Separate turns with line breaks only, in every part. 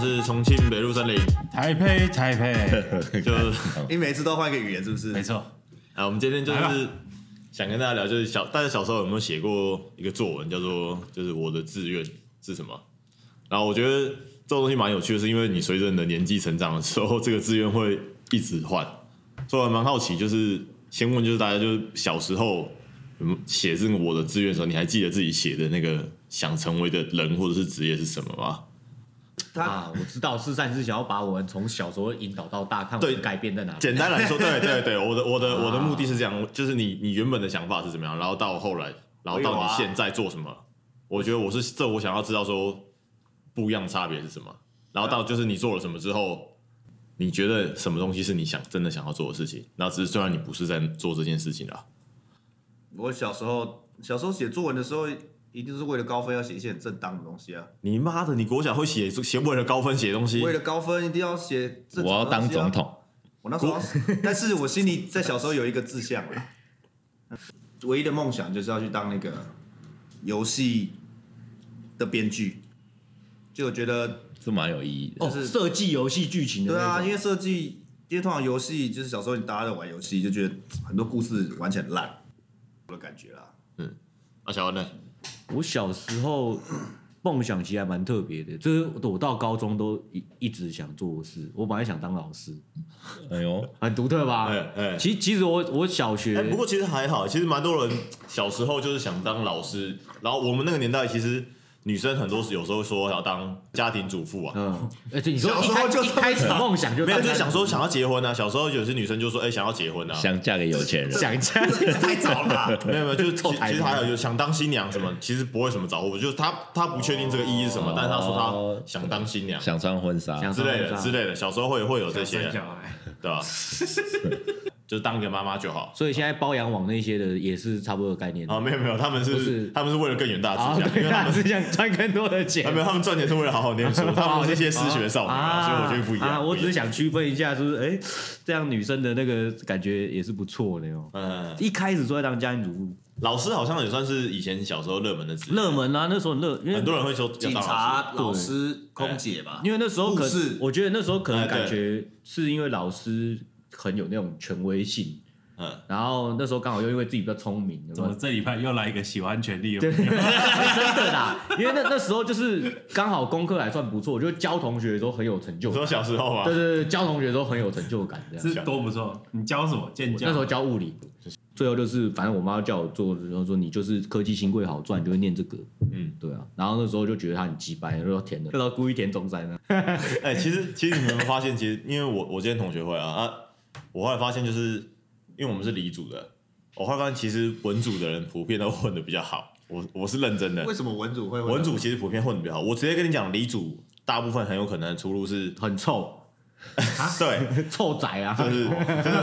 是重庆北路森 林，
台北，台北，
就是
你每次都换一个语言，是不是？
没错，
啊，我们今天就
来
是
吧
想跟大家聊，就是小大家小时候有没有写过一个作文，叫做就是我的志愿是什么？然后我觉得这种东西蛮有趣的，是因为你随着你的年纪成长的时候，这个志愿会一直换，所以我还蛮好奇，就是先问就是大家就是小时候有没有写这个我的志愿的时候，你还记得自己写的那个想成为的人或者是职业是什么吗？
他
啊，我知道是善是想要把我们从小时候引导到大，看我
对
们改变在哪里。
简单来说，对对对，我的我 的我的目的是这样，就是你你原本的想法是怎么样，然后到后来，然后
我
到
有
你
啊
现在做什么，我觉得我是这我想要知道说不一样的差别是什么，然后到就是你做了什么之后，你觉得什么东西是你想真的想要做的事情，那只是虽然你不是在做这件事情啊啦，
我小时候小时候写作文的时候，一定是为了高分要写一些很正当的东西啊，
你妈的，你国小会写写为了高分写东西
为，了高分一定要写正常的东西啊。
我要当总统，
我那时候，但是我心里在小时候有一个志向啦，唯一的梦想就是要去当那个游戏的编剧，就我觉得，
是蛮有意义的。
哦，
就是
设计游戏剧情的
对
那
啊，因
种。
为设计，因为通常游戏就是小时候你大家在玩游戏，就觉得很多故事玩起来很烂，我的感觉啦。
啊，小文呢？
我小时候梦想其实还蛮特别的，就是我到高中都一一直想做的事。我本来想当老师，
哎呦，
很独特吧？
哎哎
其其实我我小学、
哎、不过其实还好，其实蛮多人小时候就是想当老师，然后我们那个年代其实女生很多时有时候说要当家庭主妇啊，
嗯，而且你说
小
一
时候
开
就
一
这么
开始梦想就
没有就是想说想要结婚啊，小时候有些女生就说哎、想要结婚啊，
想嫁给有钱人，
想家，
这太早了啦，
没有没有就是其
臭台
其实
娘
还有就想当新娘什么，其实不会什么找我，就是她她不确定这个意义是什么，但是她说她想当新娘
想穿婚纱，
想
之类的
上
之类的，小时候会会有这些
生，小孩，
对吧？ 就是当个妈妈就好
所以现在包养网那些的也是差不多的概念。
啊，没有没有，他们
不
是
是
他们是为了更远大
啊，
的志向，因
对，
为他
他
们
只想赚更多的钱
啊，。没有，他们赚钱是为了好好念书，他们是一些失学少女啊，所以我觉得不一
哦啊
样。
我只是
想，
想区分一下，就是哎，这样女生的那个感觉也是不错的哟。
嗯，
一开始说在当家庭主妇，
老师好像也算是以前小时候热门的职业，
热门啊，那时候很热，因为
很多人会说
警
要当老师
察、老师、空姐吧，
因为那时候可
护士
我觉得那时候可
哎
能
对
感觉是因为老师很有那种权威性，
嗯，
然后那时候刚好又因为自己比较聪明，有
怎
没有
么这礼拜又来一个喜欢权利？
真的啦，因为那那时候就是刚好功课还算不错，就教同学的时候很有成就
你说
感。
小时候
对
吗？
对对，教同学的时候很有成就感，这样。
是多不错。你教什么？建
我
教。
那时候教物理，最后就是反正我妈叫我做，然后说你就是科技新贵好赚，你就会念这个。
嗯
嗯，对啊。然后那时候就觉得他很鸡掰，然后填的，那时候故意填中山啊。
哎，其实其实你们有没有发现，其实因为我我今天同学会啊啊，我后来发现就是因为我们是理组的，我后来发现其实文组的人普遍都混的比较好，我我是认真的
为，什么文组会
文组其实普遍混的比较好。我直接跟你讲，理组大部分很有可能的出路是，
很臭，
对，
臭仔啊，
就是 就是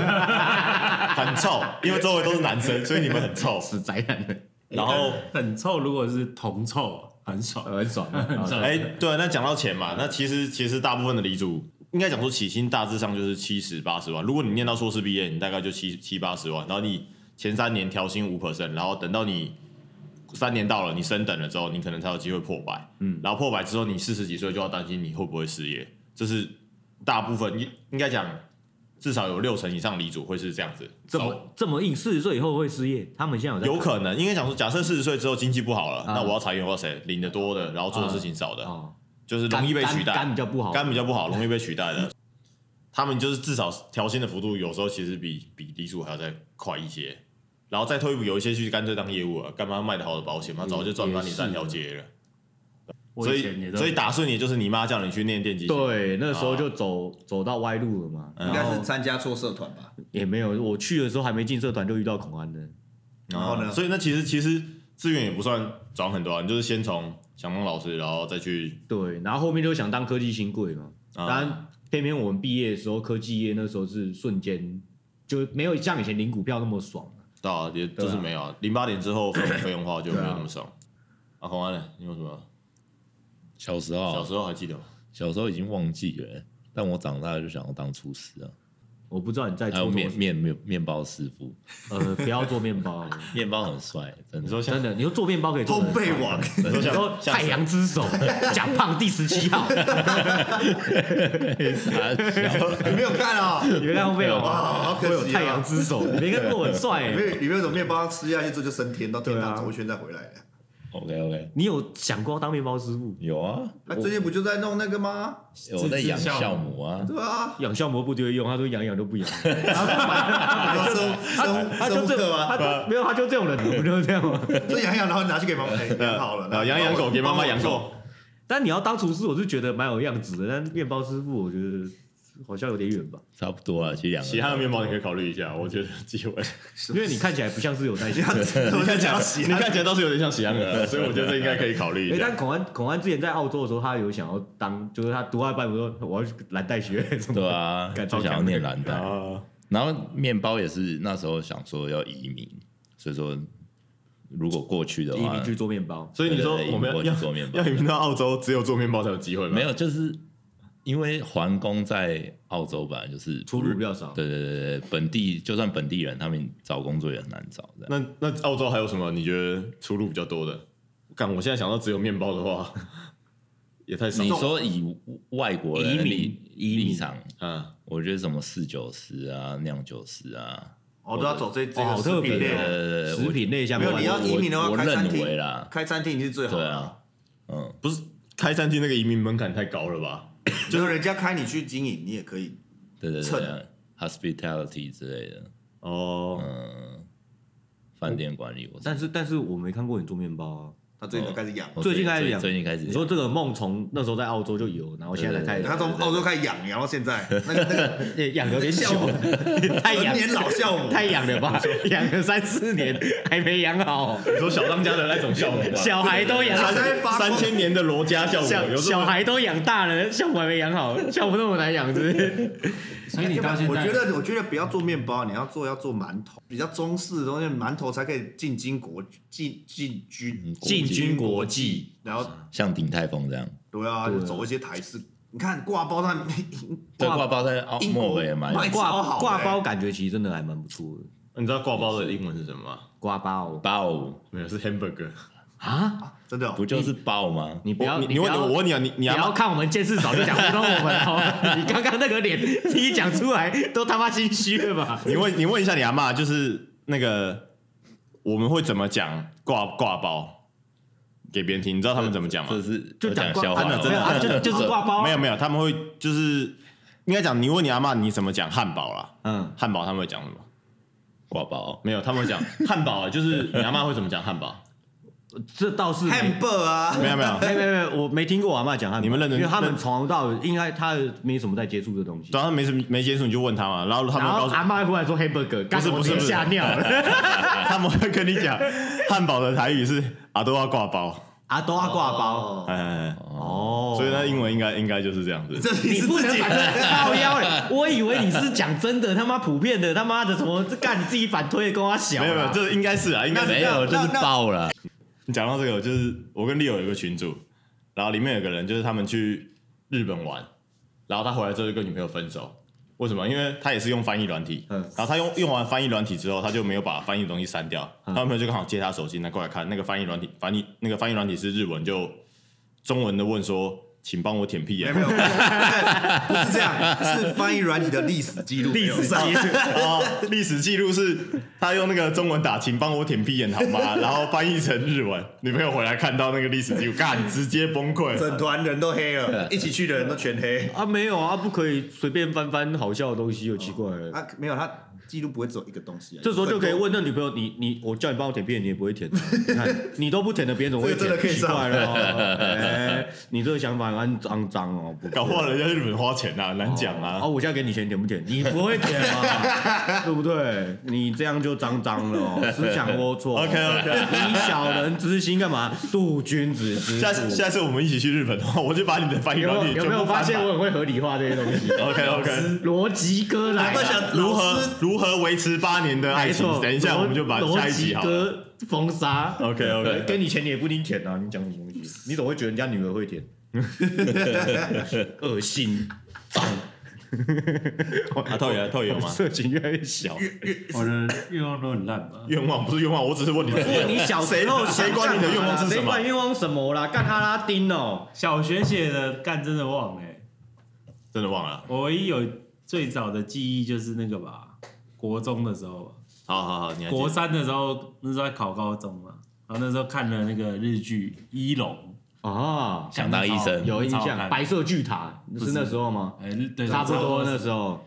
很臭，因为周围都是男生，所以你们很臭。
死宅男的，
然后，
很臭，如果是铜臭，很爽。
很爽 啊。很
爽
哎、对，那讲到钱嘛，那其实其实大部分的离主应该讲说起薪大致上就是七十八十万。如果你念到硕士毕业，你大概就七七八十万，然后你前三年调薪五 percent，然后等到你三年到了，你升等了之后，你可能才有机会破百。嗯，然后破百之后，你四十几岁就要担心你会不会失业，这是大部分应应该讲至少有六成以上离主会是这样子。
这么这么硬，四十岁以后会失业，他们现在有在
有可能，应该讲说，假设四十岁之后经济不好了，
啊
那我要裁员，我要谁领的多的，然后做的事情少的，
哦，
就是容易被取代。
肝肝比较不好，
肝比较不好，容易被取代的。他们就是至少调薪的幅度，有时候其实比比低速还要再快一些。然后再退一步，有一些去干脆当业务了，干嘛卖的好的保险嘛，
也
早就赚翻你
也是
三条街了。
我
所
以前也
以
都
所以打顺也就是你妈叫你去念电机系，嗯
对，那时候就走、走到歪路了嘛。
啊
应
然
该是
后
参加错社团吧？
也没有，我去的时候还没进社团就遇到孔安的，
然后呢
所以那其实其实资源也不算转很多啊，你就是先从想当老师，然后再去
对，然后后面就想当科技新贵嘛。
啊
当然，偏偏我们毕业的时候，科技业那时候是瞬间就没有像以前领股票那么爽啊、
到啊也就是没有零八年之后费 用费用化就没有那么爽。啊，红安呢？你有什么？
小时
小
候，
时候还记得吗？
小时候已经忘记了，但我长大就想要当厨师啊。
呃我不知道你在
还
出
有
国
面面面面包师傅，
呃，不要做面 包，
面包很帅，真
你
的。
说像
真的，你说做面包可以做得
烘
很
焙
快
王，
你说
你说
像像
太阳之手，蒋胖第十七 号，
傻笑
你 没有看啊？
你们看烘焙王
哇，
吗？
好
我
可
有
惜啊
太阳之手，你没看过我很帅 欸。
里面里面有种面包吃下去，这就升天到天
对啊
堂走一圈再回来的。
，OK OK，
你有想过要当面包师傅？
有啊，
那最近不就在弄那个吗？
我在养
自制酵母
酵母啊，
对啊，
养酵母不就会用，他说养一养都不 养，
生物生物
他
生
就
物
这
课
种，他
吗？
就没有，他就这种人，不就是这样吗？
就养一养，然后拿去给妈妈哎养好了，
然后养养狗给妈妈养狗，
但你要当厨师，我是觉得蛮有样子的，但面包师傅我觉得好像有点远吧，
差不多啊，其实两个
其他的面包你可以考虑一下，我觉得机会。
因为你看起来不像是有耐心
你。看我在讲喜
你
欢
看起来倒是有点像喜羊羊， 所以我觉得这应该可以考虑
哎
一，下。
但孔安孔安之前在澳洲的时候，他有想要当，就是他读到一半，我说我要去蓝带 学院，什么
对啊，
感觉
就想要念蓝带，
啊，
然后面包也是那时候想说要移民，所以说如果过去的
移
话
民，去做面包。
所以你说
对对对
我们
英国
要
去
要
做面包
要移民到澳洲，只有做面包才有机会吗？
没有，就是因为环工在澳洲本来就是
出入比较少，
对对对对，本地就算本地人，他们找工作也很难找。这样
那那澳洲还有什么你觉得出路比较多的？干，我现在想到只有面包的话，也太少
你
了。
说以外国人的立
移民
立场，
嗯，
我觉得什么侍酒师啊、酿酒师啊，
我都要走这这
哦
个
好
食
特别
品类的，
呃呃，
食品类下
没
面
有你要移民的话
我
开餐
认
厅
为啦，
开餐厅已经是最好
对
的啊。
啊，嗯，
不是开餐厅那个移民门槛太高了吧？
就是人家开你去经营，你也可以。
对对对
趁
对啊，hospitality 之类的，
哦，
嗯，饭店管理我，
但是但是我没看过你做面包啊。
他最近开始养，
我
最近开始养
最近开始
你说这个梦从那时候在澳洲就有，然后现在才开始，
他从澳洲开始养，养到现在，那个那个
也 养得有点久， 太
成
养
年老酵母，
太养了 吧，养了三四年还没养 好，
你说小当家的那种酵母吧，
小孩都养
还在发光
三千年的罗家酵母，
小
有这
小
么
孩都养大了，酵母还没养好，酵母那么难养，是不是？
所以 你到现在，
我觉得，我觉得不要做面包，你要做要做馒头，比较中式的东西，馒头才可以进军国进进军
进军国啊
际，然后
像鼎泰丰这样，
对啊，
对啊
走一些台式。你看挂包上，
对挂包在澳
英国
墨尔本也蛮有
卖超好
挂
的
欸
挂包感觉其实真的还蛮不错的，
你知道挂包的英文是什么吗？
挂包
包，
没有，是 hamburger。
啊！
真的哦
不就是包吗？
你不要
我你
不
问
要
我我问你啊，你你
你
阿
要
妈
看我们见识少就讲不动我们 哦，你刚刚那个脸自己讲出来都他妈心虚了吧？
你问你问一下你阿妈，就是那个我们会怎么讲挂挂包给别人听？你知道他们怎么讲吗
这？是
就
我讲
挂
笑话
真的
了，
真的
啊 就就是挂包啊，
没有没有，他们会就是应该讲，你问你阿妈你怎么讲汉堡啦？
嗯，
汉堡他们会讲什么？
挂包，
没有，他们会讲汉堡啊，就是你阿妈会怎么讲汉堡？
这倒是没
，hamburger 啊，
没有没有，
没没没，我没听过我阿妈讲汉堡，
你们认真
因为他们从头到尾应该他没什么在接触这东西。
然后没什么没接触你就问他嘛，然后他
然
们会
后
告诉
阿妈忽然说 hamburger，
不是
干我
不是
直接
不是
吓尿了。
他们会跟你讲汉堡的台语是阿都要挂包，
阿都要挂包
哦，
哎，
哦，
所以那英文应该应该就是这样子。
这里
你
是
不
自
能
己
反正 靠腰嘞，我以为你是讲真的，他妈普遍的，他妈的什么这干你自己反推的跟我小啊，
没有没有，这应该是啊，应该
没
那
有就是
那
爆了，
你讲到这个，就是我跟 Leo 有一个群组，然后里面有个人就是他们去日本玩，然后他回来之后就跟女朋友分手。为什么？因为他也是用翻译软体，
嗯
然后他用用完翻译软体之后，他就没有把翻译的东西删掉，
嗯
他女朋友就刚好借他手机拿过来看，那个翻译软体，翻译那个翻译软体是日文，就中文的问说，请帮我舔屁眼
没有，没有， 不是不是这样，是翻译软体的历史记录，
历史记录
然后历史记录是他用那个中文打“请帮我舔屁眼好吗”，然后翻译成日文，女朋友回来看到那个历史记录，干直接崩溃，
整团人都黑了，一起去的人都全黑。
啊没有啊，不可以随便翻翻好笑的东西，有奇怪了。
啊，没有，他记录不会只有一个东西啊，
这时候就可以
有很多
问那女朋友，你你我叫你帮我舔屁眼，你也不会 舔，你看你都不舔的，别人怎么会
这
舔？
个真的可以
奇
上
怪了 哦，哎，你这个想法很肮脏哦，不
搞坏了人家日本花钱啊，难讲啊。
哦，我现在给你钱，你舔不舔？你不会舔 啊，对不对？你这样就脏脏了哦， 思想龌龊。
OK，OK
以小人之心干嘛？度君子之
下次
腹。
下次我们一起去日本的话， 我就把你的翻译
有
软
没
体
有
全
有没有
部
发
翻
现我很会合理化这些东 西？
OK OK，
逻辑哥来
难怪
了，
想
如
老
何
师
如何维持八年的爱
没
情
错。？
等一下我们就把
逻
下一集
逻
好
辑哥封杀。
OK
对
OK，
给你钱你也不一定舔啊，你讲什么东 西？你怎么会觉得人家女儿会舔？恶心，脏。
啊，透也透也有吗？
社群越来越小。
我的愿望都很烂 嘛。
愿望不是愿望，我只是问你自
如果
己。
你小时候
谁谁管你的愿望是什么
谁管愿望什么啦？干他拉丁哦！
小学写的干真的忘了欸、
真的忘了。
我唯一有最早的记忆就是那个吧，国中的时候吧，
好好好，你还记得
国三的时候，那时候在考高中嘛，然后那时候看了那个日剧《一龙
啊》，，
想当医生
干得超
有印
超好
象，
看
白色巨塔是那时候吗？
哎、对，
差不多
那
那时候。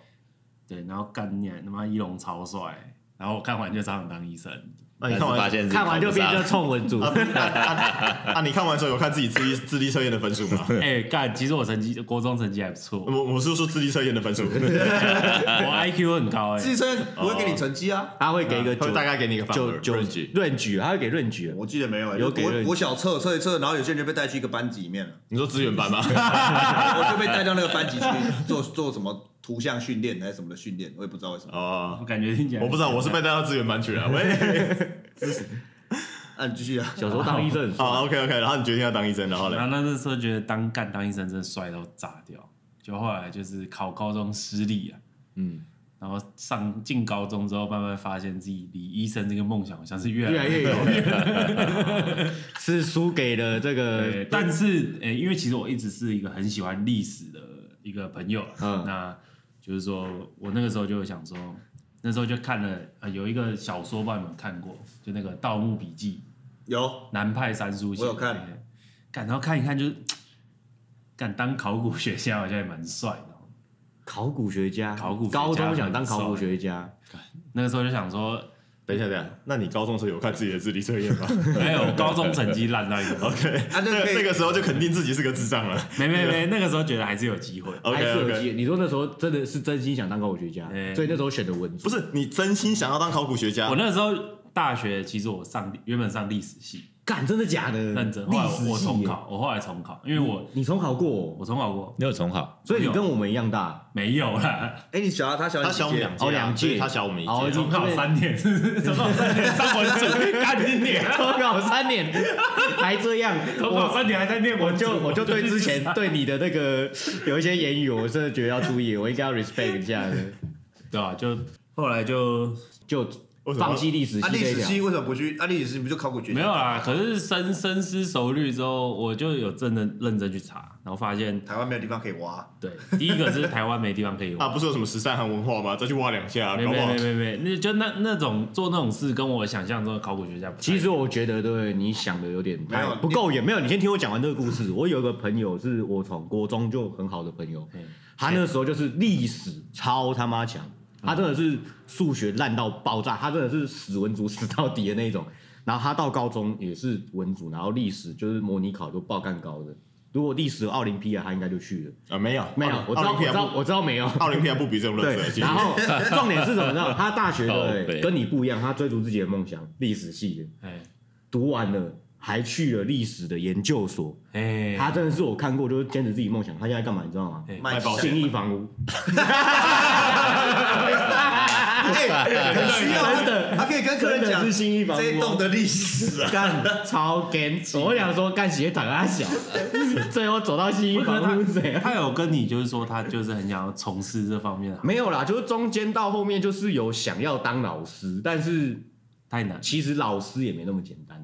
对，然后干你啊他妈一龙超帅，然后我看完就超想当医生，
那
但
你
是
看完
发现
看完就变成
成
冲 文组，
啊？你看完的时候有看自己智力智力测验的分数 吗？
哎、干，其实我成绩国中成绩还不错，
我我是说智力测验的分数，
我 IQ 很高哎、
自己生不会给你成绩啊？
他会给一个
他
九
会大概给你一个
九九
分数。
论举，他会给论举。
我记得没有欸，
有
就
给
我
人
我小测测一测，然后有些人就被带去一个班级 里面了，
你说资源班 吗？
我就被带到那个班级去做做什么图像训练还是什么的训练，我也不知道为什么。
哦，
我感觉听起来
我不知道，我是被带到资源班去了。 喂，
啊，你继续啊，
小时候当医生很
哦
好
爽，
，OK OK，然后你决定要当医生，然后嘞
然，后那那时候觉得当干当医生真的帅到炸掉，就后来就是考高中失利啊，
嗯，
然后上进高中之后，慢慢发现自己离医生这个梦想好像是越
越
来
来
越
越有了， 是输给了这
对
个，
但是诶、因为其实我一直是一个很喜欢历史的一个朋友啦，
嗯
那就是说我那个时候就想说，那时候就看了、呃、有一个小说，不知道你们看过，就那个《盗墓笔记》。
有
南派三叔写的
我有看
那个，干然后看一看就是，干当考古学家好像也蛮帅的哦。
考古学家，
考古学家
高中想当考古学家，
那个时候就想说，
等一下，等一下，那你高中的时候有看自己的智力测验吗？
没有，哎高中成绩烂到一个 OK，
啊，那
那
可
那
以
个时候就肯定自己是个智障了。
没没没，那个时候觉得还是有机会。
还
OK
是有
OK，
机。你说那时候真的是真心想当考古学家
哎，
所以那时候选的文
不
组。
是你真心想要当考古学家
我，那个时候大学其实我上原本上历史系，
干，真的假的？
认真，后
历
来
史
我我
系
重
耶，
考，我后来重考，因为我
你重考
我
过，
重考过，
你有重考，
所以你跟我们一样大。
没有啦，
哎，你小他他小
他
你
小
几
我们两届啊，
届啊？
哦两届
所以他小我们一
哦
届。
重考三年，是不是重考三年上文组，干你脸，
重考三年还这样，
重考三年还在念
我
文组，
就我就对 之前对你的那个有一些言语，我真的觉得要注意，我应该要 respect 一下的，
对啊，就后来就
就
为什么
放弃历史系
啊，
这
历
一
史
条。
系为什么不去？啊，历史系不就考古学家？
没有啊啦，可是深深思熟虑之后，我就有真的认真去查，然后发现，
台湾没有地方可以挖，
对，第一个是台湾没地方可以
啊，
玩，
不是有什么十三行文化吗？再去挖两下，啊
没
搞不
没
好
没没没，那就那那种做那种事，跟我想象中的考古学家不太一样
其实我觉得对你想的有点太
没有
不够远，没有。你先听我讲完这个故事。我有一个朋友是我从国中就很好的朋友，
嗯
他那时候就是历史超他妈强，
嗯
他真的是数学烂到爆炸，他真的是死文组死到底的那种。然后他到高中也是文组，然后历史就是模拟考都爆干高的。如果历史有奥林匹亚，他应该就去了。
啊，没有
没有
奥，
我知
奥
道，
林
我
匹
知
亚
道，
不，
我知道没有。
奥林匹亚不比这种乐色。
对
其，实哦
然后重点是什么？你知道，他大 学
靠
的
北
跟你不一样，他追逐自己的梦想，历史系的。
哎
读完了，还去了历史的研究所。
哎，
他真的是我看过，就是坚持自己梦想。他现在干嘛，你知道吗？
哎
卖保
信义房屋，
哎，很需要
真的
他可以跟客人
真
讲
的是新一房屋
这一栋的历史啊。
干超干！我想说干鞋躺他小， 最后走到信义
不可
房屋是啊怎
能他
样？
他有跟你就是说他就是很想要从事这方面的，
没有啦，就是中间到后面就是有想要当老师，但是
太难，
其实老师也没那么简单。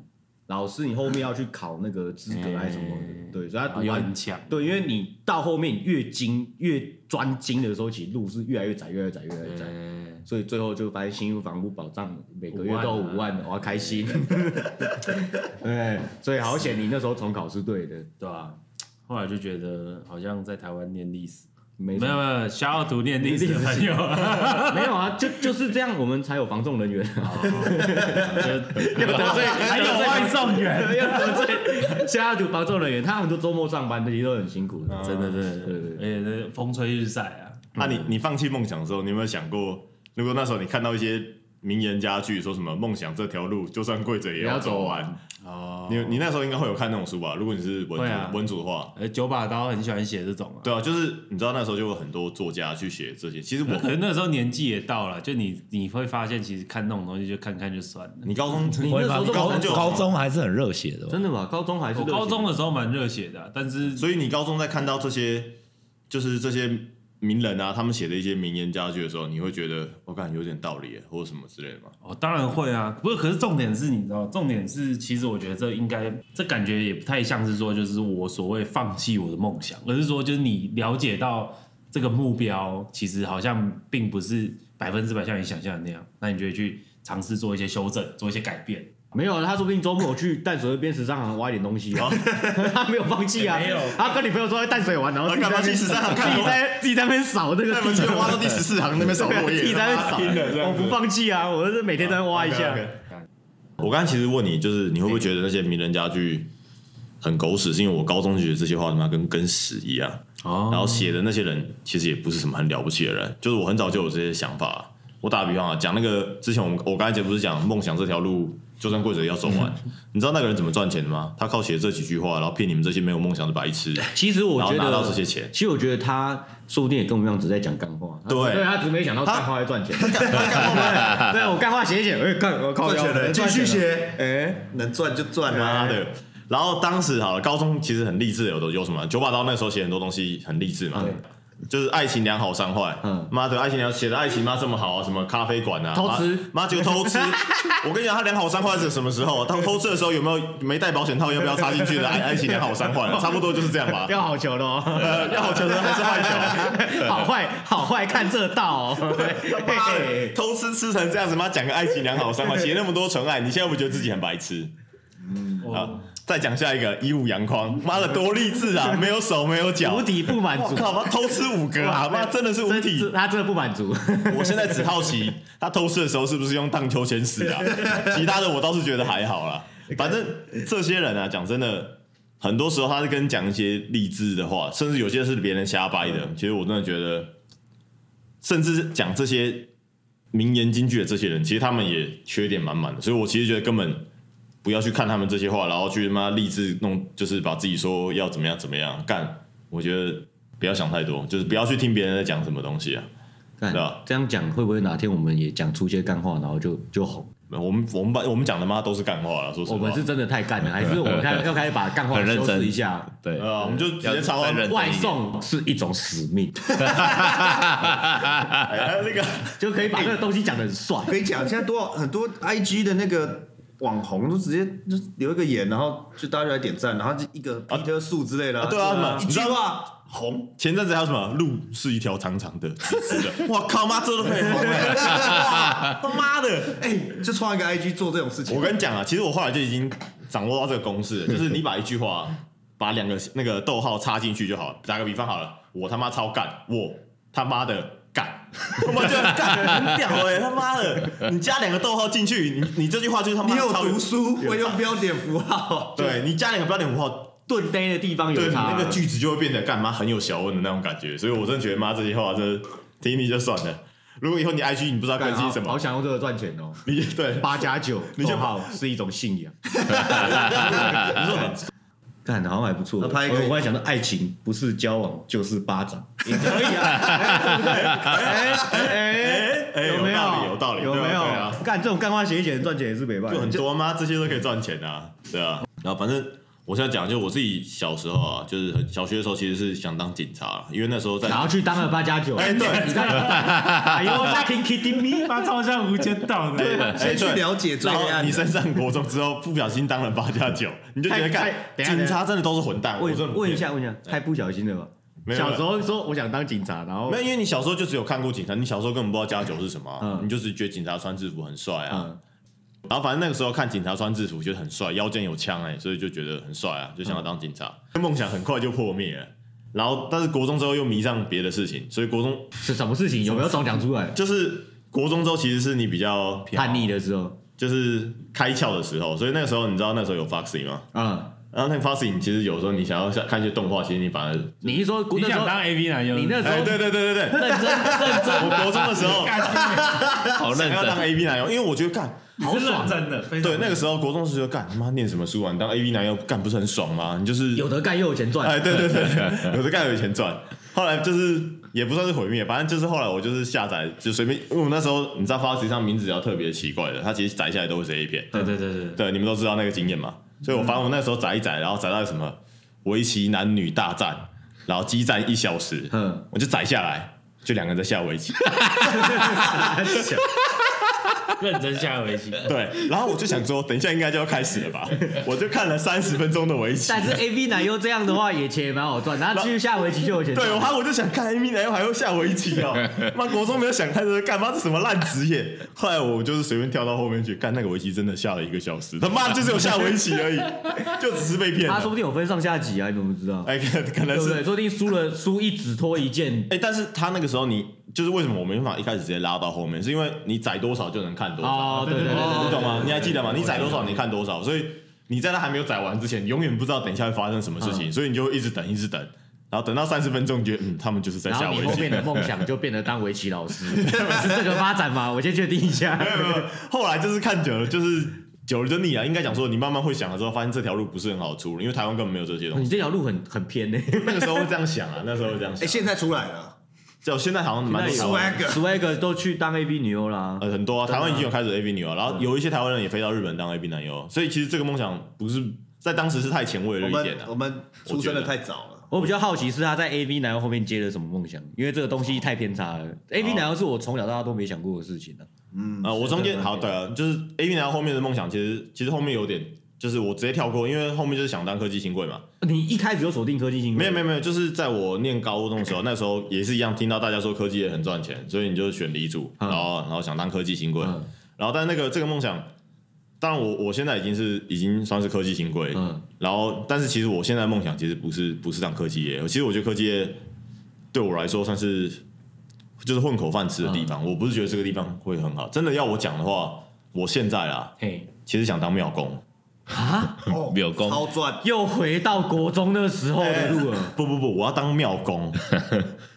老师你后面要去考那个资格还是什么
哎
的，对，所以他
然后
读
又
完
很强，
对，因为你到后面越精越专精的时候，其实路是越来越窄，越来越窄，越来越窄。
哎
所以最后就发现新屋房屋保障每个月都有
五
五
万
万，我要开心。 对，所以好险你那时候重考是对的，
对吧？后来就觉得好像在台湾念历史，
没
没有没有，小奥图念历史的 朋友。
没有啊，就就是这样，我们才有防重人员。啊
又
得罪
还有
得罪
外送员，
要得罪现在读防重人员，他们都周末上班，这些都很辛苦的。
真的真的，
对
而且那风吹日晒啊，
那你你放弃梦想的时候，你有没有想过，如果那时候你看到一些名言佳句，说什么梦想这条路就算跪着也要走完？
哦，
你你那时候应该会有看那种书吧？如果你是文
会
组、
啊
文组的话，
呃，九把刀很喜欢写这种啊，
对啊，就是你知道那时候就有很多作家去写这些。其实
可
我
是那时候年纪也到了，就你你会发现，其实看那种东西就看看就算了。
你高中
你那时候这么
高中就有
高中还是很热血的哦，
真的吗？高中还是
我高中的时候蛮热血的啊，但是
所以你高中在看到这些，就是这些名人啊，他们写的一些名言佳句的时候，你会觉得我感、有点道理耶，或者什么之类的嘛。
哦，当然会啊，不是，可是重点是，你知道，重点是，其实我觉得这应该，这感觉也不太像是说，就是我所谓放弃我的梦想，而是说，就是你了解到这个目标，其实好像并不是百分之百像你想象的那样，那你就会去尝试做一些修正，做一些改变。
没有，啊他说不定周末去淡水河边时尚行挖一点东西啊，他没有放弃啊，
没有
他跟你朋友说在淡水玩，然后
啊
自己在那
干嘛去时尚行
边自己在自己在那边扫那个
那
地
你们就挖到第十四行那边扫落
自
叶
己在那边
了，拼了这
扫，我
样子
不放弃啊，我是每天都在挖一下。
OK，OK 我刚才其实问你，就是你会不会觉得那些名人家具很狗屎？是因为我高中就觉得这些话他妈跟跟屎一样。
哦
然后写的那些人其实也不是什么很了不起的人，就是我很早就有这些想法。我打个比方啊，讲那个之前我们我刚才节目不是讲梦想这条路就算跪着也要走 完，你知道那个人怎么赚钱的吗？他靠写这几句话，然后骗你们这些没有梦想的白痴。
其实我觉
然后拿到这
得，
些钱
其实我觉得他说不定也跟我们一样，只在讲干话。他
对
对他只没想到干话会赚钱。 对，我干话写一写，哎，干我靠
赚钱了，
我
继
赚钱了
续写，哎，能赚就赚
妈
啊！
的！然后当时好了，高中其实很励志的，有的有什么九把刀那时候写很多东西很励志嘛，就是爱情良好伤坏。
嗯
妈的，爱情良写的爱情妈这么好啊，什么咖啡馆啊，
偷吃
妈，妈就偷 吃。我跟你讲，他良好伤坏是什么时候？他偷吃的时候有没有没带保险套？要不要插进去的？爱爱情良好伤坏，差不多就是这样吧。
要好球的哦，
呃 要好球的还是坏球？
好坏好坏看这道哦。嘿嘿
偷吃吃成这样子，妈讲个爱情良好伤坏，写那么多纯爱，你现在不觉得自己很白痴？好
哦，，
再讲下一个一五阳光，妈的多励志啊！没有手，没有脚，
无底不满
我
足，
靠，妈偷吃五个啊！妈真的是无
这
体
这。他真的不满足。
我现在只好奇，他偷吃的时候是不是用荡秋千死啊？其他的我倒是觉得还好啦。反正这些人啊，讲真的，很多时候他是跟你讲一些励志的话，甚至有些是别人瞎掰的。其实我真的觉得，甚至是讲这些名言金句的这些人，其实他们也缺点满满的。所以我其实觉得根本不要去看他们这些话，然后去他妈励志弄，就是把自己说要怎么样怎么样干。我觉得不要想太多，就是不要去听别人在讲什么东西啊。
干
对啊
这样讲会不会哪天我们也讲出一些干话，然后就就红？
我们我们把我们讲的妈都是干话了，说实话，
我们是真的太干了，还是我们开要开始把干话
很认
修
真
饰一下？
对，
呃，我们就直接抄
要再
完
认真一点
外送是一种使命，
哎，那个
就可以把这个东西讲得很帅。
可以讲，现在多少很多 IG 的那个网红都直接就留一个言，然后就大家就来点赞，然后就一个 Peter 树之类的、
啊对啊
一
你知
句
道
话红，
前阵子还有什么路是一条长长的，直直的，我靠妈，这都可以红哎，哇他妈的！
哎、就创一个 IG 做这种事情。
我跟你讲啊，其实我后来就已经掌握到这个公式了，就是你把一句话把两个那个逗号插进去就好了。打个比方好了，我他妈超干，我他妈的。干，我觉得干很屌哎、他妈的！你加两个逗号进去，你你这句话就是他妈
你有
超
读书，
有
会用标点 符号，
对你加两个标点符号，
顿呆的地方
对
有
你
他，
那个句子就会变得干嘛很有学问的那种感觉，所以我真的觉得妈这些话真的听听就算了。如果以后你 IG 你不知道更
干
新
好
什么
好，想用这个赚钱哦。
你对，
八加九，
你就
逗号是一种信仰。
你说很
干，好像还不错。
那拍一个
我忽然想到，爱情不是交往就是巴掌，也可以啊。哎哎
哎
哎，
有
没
道
有？
理有道理
有
对啊
没有
对啊？
干这种干话写一写赚钱也是没办
就
法
很。多吗？这些都可以赚钱啊，对啊。然后反正我现在讲，就我自己小时候啊，就是很小学的时候，其实是想当警察，因为那时候在
然后去当了八加九，
哎啊对
你看，哎呦，那 k i kidding me？
他超像《无间道》的，
哎
先去
对
了解罪
然后
案
你。升上国中之后，不小心当了八加九，你就觉得
太太
干
等一下
警察真的都是混蛋。 我
问
真的不
问一
骗
下，问一下，太不小心了吧？
没有
小时候说我想当警察，然后
没有，因为你小时候就只有看过警察，你小时候根本不知道加九是什么啊、
嗯
你就只觉得警察穿制服很帅啊、
嗯，
然后反正那个时候看警察穿制服觉得很帅，腰间有枪哎、所以就觉得很帅啊，就想要当警察。梦想很快就破灭了。然后，但是国中之后又迷上别的事情，所以国中
是什么事情？有没有总讲出来？
就是国中之后其实是你比较
叛逆，的时候，
就是开窍的时候。所以那个时候你知道那时候有 Foxy 吗？
嗯，
然后那个 Foxy 你其实有时候你想要想看一些动画，其实你 反而
你一说
你
那时
想
候
当 AV 男优？
你那时候
哎，对对对对对，
认真认 真，
我国中的时候
好认
想要当
真，
A B 男优，因为我觉得干
好认真的，非常
对，那个时候国中时就干，他妈念什么书啊？你当 A V 男优干不是很爽吗？你就是
有得干又有钱赚，
哎，对对对，对有的干有钱赚。后来就是也不算是毁灭，反正就是后来我就是下载就随便，因为我那时候你知道 Foxy 上名字只要特别奇怪的，它其实载下来都会是 A 片，
对对对对对，
对，你们都知道那个经验嘛。所以我反正我那时候载一载，然后载到什么围棋男女大战，然后激战一小时，
嗯，
我就载下来，就两个人在下围棋。
认真下围棋。
对，然后我就想说，等一下应该就要开始了吧？我就看了三十分钟的围棋。
但是 A B 奶油这样的话也钱也蛮好赚，然后继续下围棋就有钱赚。
对，然后我就想看 A B 奶油还会下围棋 哦。妈，国中没有想看这个干嘛？这什么烂职业？后来我就是随便跳到后面去，干那个围棋真的下了一个小时，他 妈就只有下围棋而已，就只是被骗
他说
了。
不定有分上下级啊，你怎么知道？
哎，可可
对
能
不
是
对？说不定输了输一指拖一件。
哎、但是他那个时候你就是为什么我没办法一开始直接拉到后面，是因为你载多少就能看多少，
哦，对对对对
你
对
懂吗？你还记得吗？你载多少你看多少，所以你在他还没有载完之前，永远不知道等一下会发生什么事
啊
情，所以你就一直等，一直等，然后等到三十分钟，你觉得嗯，他们就是在
然
下
后
围
你后
棋。
面的梦想就变得当围棋老师， 是这个发展吗？我先确定一下。
没有没有，后来就是看久了，就是久了就腻了。应该讲说，你慢慢会想了之后，发现这条路不是很好出，因为台湾根本没有这些东
你
西。
这条路很很偏 呢。
那个时候会这样想啊，那时候会这样
哎，
想。
现在出来了
就哎现在好像蛮多
啊
台湾
swag，
Swag 都去当 A B 女优啦。
呃，很多啊，台湾已经有开始 A B 女优了，然后有一些台湾人也飞到日本当 A B 男优，所以其实这个梦想不是在当时是太前卫了
我
一点
们
啊
我。们出生的太早了，
我比较好奇是他在 A B 男优后面接了什么梦想，因为这个东西太偏差了。A
哦
B 男优是我从小到大都没想过的事情啊。
嗯，
呃，我中间
对
好对啊，就是 A B 男优后面的梦想，其实其实后面有点。就是我直接跳过，因为后面就是想当科技新贵嘛。
你一开始就锁定科技新
哦没有没
有，
有没有，就是在我念高中的时 候，那时候也是一样，听到大家说科技也很赚钱，所以你就选理组，
嗯
然后然后想当科技新贵。
嗯
然后但那个这个梦想，当然我我现在已经是已经算是科技新贵，
嗯
然后，但是其实我现在的梦想其实不是不是当科技业，其实我觉得科技业对我来说算是就是混口饭吃的地方。我不是觉得这个地方会很好，真的要我讲的话，我现在啊，
嘿，
其实想当庙工。
啊，
哦
有功
超赚，
又回到国中那时候的路了。
不不不，我要当庙 工，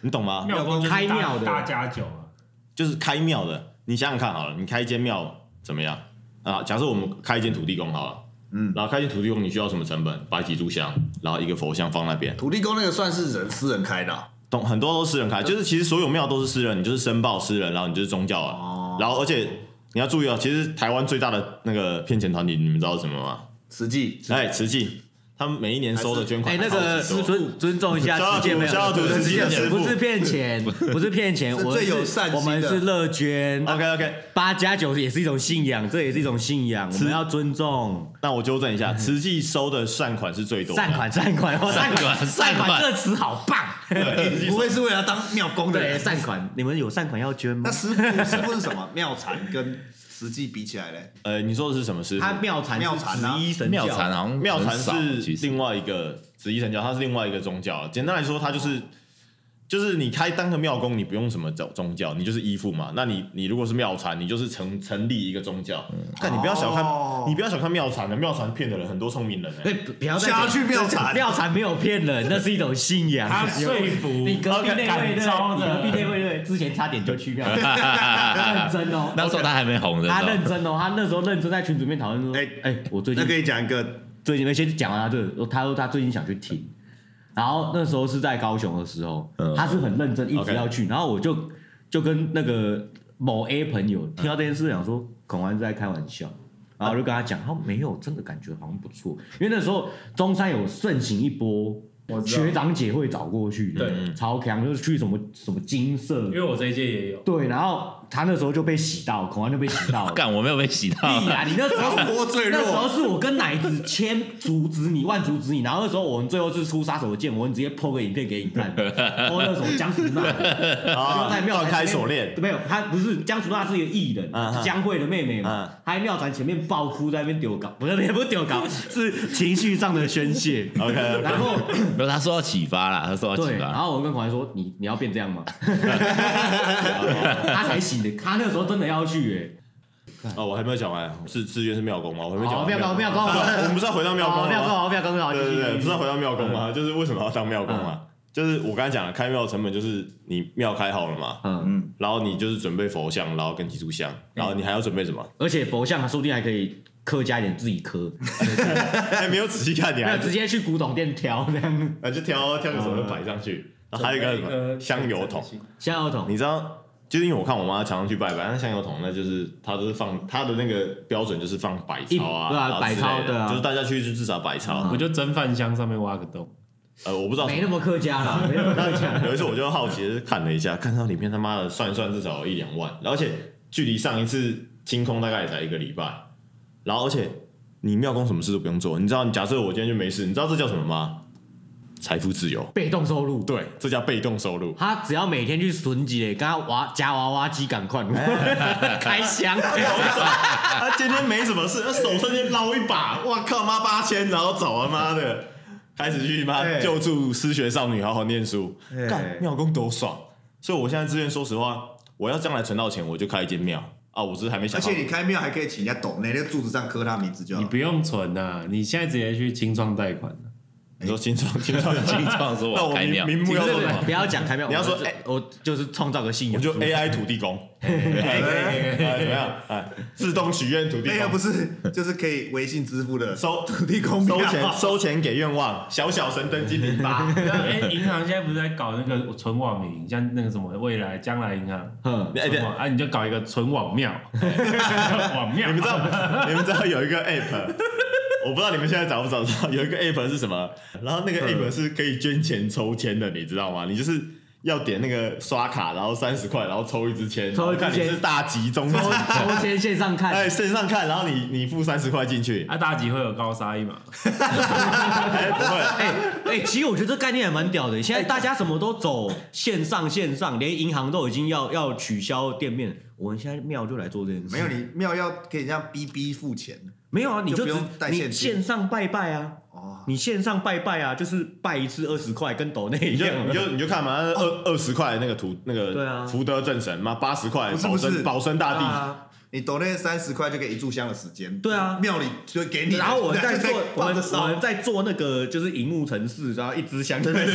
你懂吗？
庙公就是大
开庙的
大家酒啊，
就是开庙的。你想想看好了，你开一间庙怎么样啊？假设我们开一间土地公好了，
嗯
然后开一间土地公你需要什么成本？摆几炷香，然后一个佛像放那边，
土地公那个算是人私人开的啊，
懂很多都是私人开，就是其实所有庙都是私人，你就是申报私人，然后你就是宗教啊。
哦
然后而且你要注意哦，其实台湾最大的那个骗钱团体，你们知道是什么吗？
实际
哎，慈济，他们每一年收的捐款
哎，那
超
个
级多
尊尊重一下
肖
直接没
肖
有
小，土慈济的师傅
不是骗钱，不是骗钱，
是
我
最
是
有善心的
我们是乐捐。
OK OK，
八加九也是一种信仰，这也是一种信仰，我们要尊重。
那我纠正一下，慈济收的善款是最多的，
嗯善款，善款，哦善款，善
善款
款，这词好棒。
不会是为了当庙公的
对，
人。
善款，你们有善款要捐吗
那？师傅师傅是什么？妙禅跟实际比起来嘞，
呃，你说的是什么师傅
他？妙禅
妙
是
禅
十
啊
一神
妙
教
禅好像
妙禅
很少
是
其实
另外一个紫衣神教，它是另外一个宗教。简单来说，它就是就是你开当个庙公，你不用什么宗宗教，你就是依附嘛。那你你如果是妙禅，你就是成成立一个宗教。
嗯
但你不要小看、
哦
你不要小看妙禅的，妙禅骗的人很多聪明 人、欸
哎，。不不要再
下去妙禅
妙禅没有骗人，那是一种信仰。
他说服
你隔壁那位
感
对，
召
你
的
隔壁那位对，之前差点就去庙禅，他认真哦。
那时候他还没红的时候，
他认真哦，他那时候认真在群组里面讨论说，哎
哎
哎，我最
那
近
跟你讲一个，
最近，而且讲完他这个，他说他最近想去听，然后那时候是在高雄的时候，
嗯
他是很认真一直要去，然后我就就跟那个某 A 朋友听到这件事，想说孔安是在开玩笑，然后我就跟他讲，他没有，真的感觉好像不错，因为那时候中山有盛行一波。
我知道
学长姐会找过去的，
对
超强，就是去什么什么金色
因，为我这一届也有。
对，然后他那时候就被洗到，孔安就被洗到 了，
干我没有被洗到，
屁呀！你那时候
传播最弱
那时候是我跟奶子千阻止你，万阻止你，然后那时候我们最后是出杀手的剑，我们直接抛个影片给你看，抛那什么江淑娜，然后在庙
断
坛
啊开
前面
锁 链，
没有，她不是江淑娜是一个艺人
嗯，
江蕙的妹妹嘛
嗯，
她在庙坛前面爆哭，在那边丢稿，不是也不是丢稿，是情绪上的宣泄。
OK，
然后
不是他受到启发啦，他受到启
对，然
发，
后我跟孔安说：“你你要变这样吗？”他才醒的，他那时候真的要去哎。
哦，我还没有讲完，是志愿是妙公吗？我还没讲
哦
完。
妙公妙公
不是我们不是要回到妙公
哦
了
妙
吗？
公，妙公，好，
对对对，
继
不
续嗯
是要回到妙公吗？就是为什么要当妙公啊？就是我刚才讲了，开庙的成本就是你庙开好了嘛，
嗯。
嗯，
然后你就是准备佛像，然后跟几炷香，然后你还要准备什么？
而且佛像说不定还可以刻加一点自己刻，
还没有仔细看，你
没有
还
直接去古董店挑这样。
啊就挑挑个什么摆上去，然啊后还有一个什么香油桶，
香油桶，
你知道，就是因为我看我妈常常去拜拜，那香油桶那就是她都是放她的那个标准就是放百钞啊，
一对啊
然后之类
百钞对啊
就是大家去就至少百钞，
我就蒸饭箱上面挖个洞，
呃，我不知道什
没
么。
那么客 家啦，没那么客家。
有一次我就好奇的看了一下，看到里面他妈的算一算至少有一两万，而且距离上一次清空大概也才一个礼拜，然后而且你庙公什么事都不用做，你知道？你假设我今天就没事，你知道这叫什么吗？财富自由。
被动收入，
对，这叫被动收入。
他只要每天去存几嘞，跟他娃夹娃娃机赶 快开箱，
他今天没什么事，他手瞬间捞一把，哇靠妈八千，然后走啊妈的，开始去妈
哎
救助失学少女，好好念书，
哎
干庙公多爽。所以我现在自愿，说实话，我要将来存到钱，我就开一间庙啊。我只是还没
而
想好
且，你开庙还可以请人家抖，哪个柱子上刻他名字就好
你。不用存呐、你现在直接去清创贷款。
你说新创新创
哎
清创说
那
我
我
开
明
庙，
明目要做什么？
不要讲开票，
你要说
我就是
哎
我就是创造个信
我
仰，
就 AI 土地公，哎怎么样？哎，自动许愿土地
那个
公
哎不。是，就是可以微信支 付的
收
土地公
收
庙
钱收钱给愿望，小小神灯精灵 吧。
哎，银行现在不是在搞那个存网名，像那个什么未来将来银行，
嗯，
哎对
存网啊，你就搞一个存网庙，网庙，
你们知道，你们知道有一个 app，我不知道你们现在找不找得到，有一个 app 是什么？然后那
嗯
个 app 是可以捐钱抽签的，你知道吗？你就是要点那个刷卡，然后三十块，然后抽一支签，
抽一
然后
支
看你
签
是大集中抽，
抽签线上看
哎，，线上看，然后你你付三十块进去，
啊，大吉会有高沙一嘛？
哎，不会，
哎哎，其实我觉得这概念还蛮屌的，现在大家什么都走线上线上，连银行都已经要要取消店面，我们现在庙就来做这件事，
没有你庙要可以这样逼逼付钱
没有啊，你
就
就
不
只
用带现金
你线上拜拜啊，
哦，
你线上拜拜啊，就是拜一次二十块，跟抖内一
你就
样
你。就你就看嘛，那二二十块那个图那
对啊
个福德正神嘛，八十块
不是
保
不是
生保生大
对
帝，
啊
你抖那三十块就可以一炷香的时间。
对啊
庙里就给你，
然后我们在
就
做，我 们
放着
我
烧
们。在做那个就是荧幕城市，然后一支香在那边，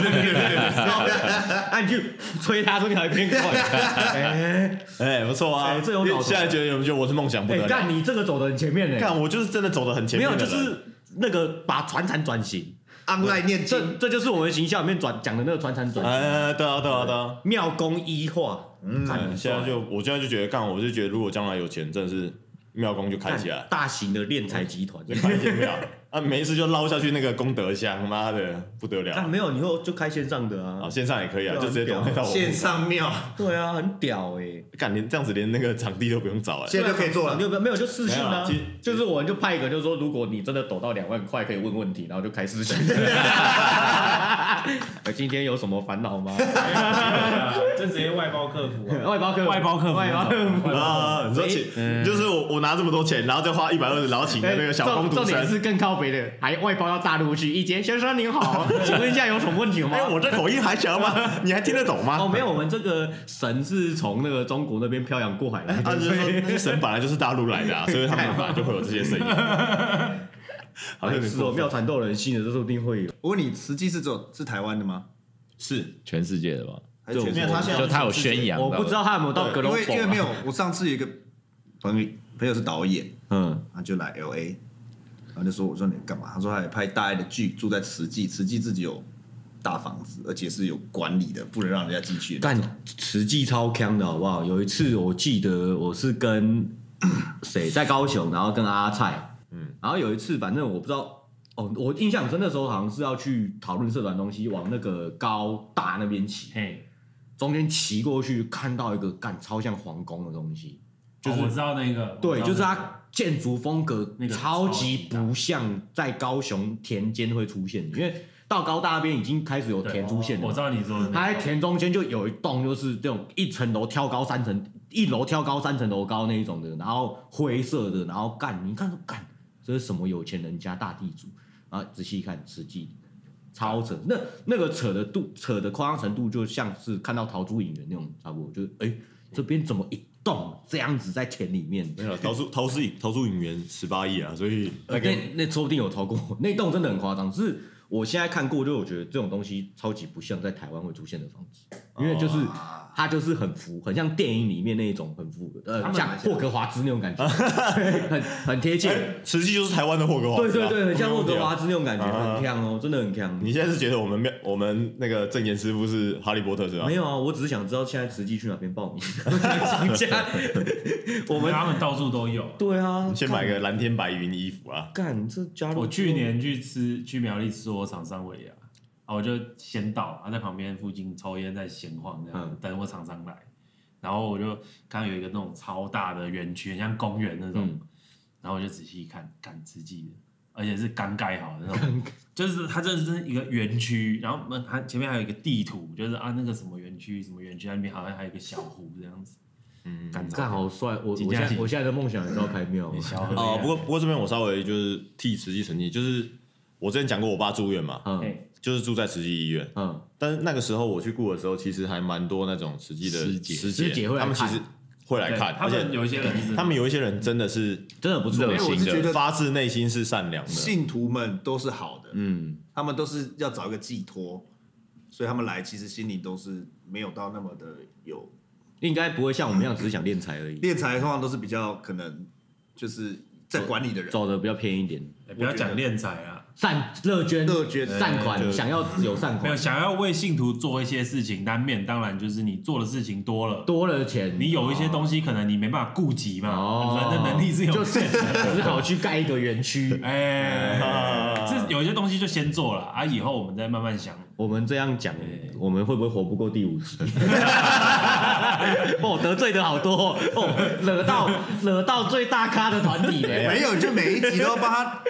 啊，你去吹它，说你还变快。哎，
哎，不错啊
哎，这有搞头
现在觉得有没有觉得我是梦想不
哎
得，了？
但你这个走的很前面呢，
看我就是真的走的很前
没
面
有，
的
就
人，
是那个把传产转型，
online 念
这
经，
这就是我们形象里面转讲的那个传产转型，
哎，对啊，对啊，对啊。
庙公医化，
嗯，现在就我现在就觉得干，我就觉得如果将来有钱，真的是庙公就开起来，
大型的敛财集 团
就。开一间庙啊，没事就捞下去那个功德箱，妈的不 得
但
了
啊没有，以后就开线上的
啊！
啊。
线上也可以啊，
对啊
就直接点到我
线上庙，
对啊，很屌哎。
干连这样子连那个场地都不用找哎，
现在就可以做了
你。有没有没有就私信
没有
啊
啊其实？
就是我们就派一个，就是说，如果你真的抖到两万块，可以问问题，然后就开私 信。呃今天有什么烦恼吗？
这直接外包客服
外包客服
啊
啊
外包客服
外包客服。
啊，你
哎
说请，
嗯
就是我我拿这么多钱，然后再花一百二十，然后请的那个小工
哎重
读
重点
生，
是更靠北的，还外包到大陆去。一杰先生您好， 请问一下有什么问题吗
哎，？我这口音还行吗？ 你还听得懂吗？
哦，没有，我们这个神是从那个中国那边漂洋过海来
他
的，
啊就
所
是说
以
那些神本来就是大陆来的啊，所以他们本来就会有这些声音。 好像有点
是哦，
过分
妙传斗人心的，这说不定会有。
我问你，实际是只有是台湾的吗？
是
全世界的吧？
还是
就
全世界
没有他现在
就他有宣扬，
我不知道，他有没有到格
因
隆啊
为因为没有，我上次有一个朋友朋友是导演，
嗯，
他就来 L A，然后就说我说你干嘛？他说他也拍大爱的剧，住在慈济，慈济自己有大房子，而且是有管理的，不能让人家进去的。
但实际超强的好不好？有一次我记得我是跟 谁在高雄，然后跟阿菜，嗯，然后有一次反正我不知道，哦，我印象很深那时候好像是要去讨论社团东西，往那个高大那边骑，
嘿，
中间骑过去看到一个干超像皇宫的东西，就
就是哦是我知道那个，
对，
我
就
知
是
道那
它建筑风格
那个
超级
超级大
不像在高雄田间会出现的，因为到高大那边已经开始有
个
田出现
对哦我
了嘛
知。道你说
嗯
的那个，
它在田中间就有一栋，就是这种一层楼挑高三层，一楼挑高三层楼高那一种的，然后灰色的，然后干，你看干，这是什么有钱人家大地主？啊，仔细一看，实际超扯，那那个扯的度扯的夸张程度，就像是看到逃出影园那种差不多，就是哎、这边怎么一栋这样子在田里面？
没有投诉投诉投诉影员十八亿啊，所以
那呃那那说不定有超过， 那栋真的很夸张。只是我现在看过，就我觉得这种东西超级不像在台湾会出现的房子，
哦
因为就是
啊
它就是很浮，很像电影里面那一种很浮，
他
呃，
啊
们
像霍格华兹那种感觉， 很很贴切。
哎实际就是台湾的霍格华
对
兹
对
啊，
对，很像霍格华
兹。
兹那种感觉，
啊
很强哦，真的很强。
你现在是觉得我们没有我们那个正言师傅是哈利波特是吧
没？有啊，我只是想知道现在实际去哪边 报名参加。我
我们
们
他们到处都有。
对啊
你，先买个蓝天白云衣服啊！
干这加入
我去年去吃去苗栗吃我厂商尾牙，啊，我就先到，啊他在旁边附近抽烟，在闲晃这样，
嗯
等我厂商来。然后我就刚刚有一个那种超大的园区，很像公园那种，
嗯
然后我就仔细一看，干自己的，而且是刚盖好的那种，就是它这是一个园区，然后那它前面还有一个地图，就是啊那个什么园区什么园区那边好像还有一个小湖这样子，嗯，干
看好帅！我我
真
现
的是
在我现在的梦想也是要开庙
你，小河
哦、
边
不过不过这边我稍微就是替慈济澄清，就是我之前讲过我爸住院嘛，
嗯
嘿
就是住在慈济医院。
嗯，
但是那个时候我去顾的时候，其实还蛮多那种慈济的
师姐
师
师姐会来
他们其
看
实会来
对
看，
他
而
们
且
有一些人是
他们有一些人真的是
真的不错
热
因为我
心
是觉
的，
得
发自内心是善良的。
信徒们都是好的，
嗯，
他们都是要找一个寄托，所以他们来其实心里都是没有到那么的有
应该不会像我们一样只是想练财而已，
敛财，通常都是比较可能就是在管理的人，
走的比较偏一点，
哎不要讲敛财啊，
善乐捐
乐捐
善款，
对
想要有善
嗯没有
款，
想要为信徒做一些事情，难免当然就是你做的事情多了，
多了钱，
你有一些东西可能你没办法顾及嘛，
哦，
人的能力是有
就是
限的。
只好去盖一个 园区。
哎，这有些东西就先做了啊，以后我们再慢慢想。
我们这样讲，我们会不会活不过第五集？哦，得罪的好多哦哦，惹到惹到最大咖的团体嘞。
没有，你就每一集都要帮他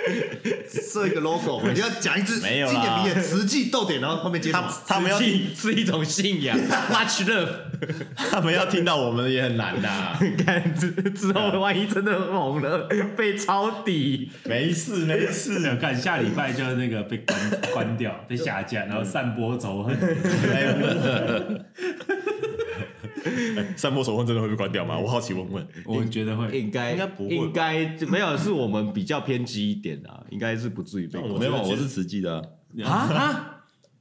设一个 logo，你要讲一支
没有啦
经典名言，实际逗点，然后后面接什
他
么？
他们要
信是一种信 仰，much love。
他们要听到我们也很难呐、
看之之
啊
后，万一真的红了，被抄底，
没事没事，
是的，看下礼拜就那个被关关掉，被下架，然后散播仇恨。
散播仇恨真的会被关掉吗？我好奇问问。
我觉得会，
应该
应该不会吧
应该就没有，是我们比较偏激一点啊， 应该是不至于被
那我
关
觉得
没有，
其实
我是慈济的啊、
啊啊！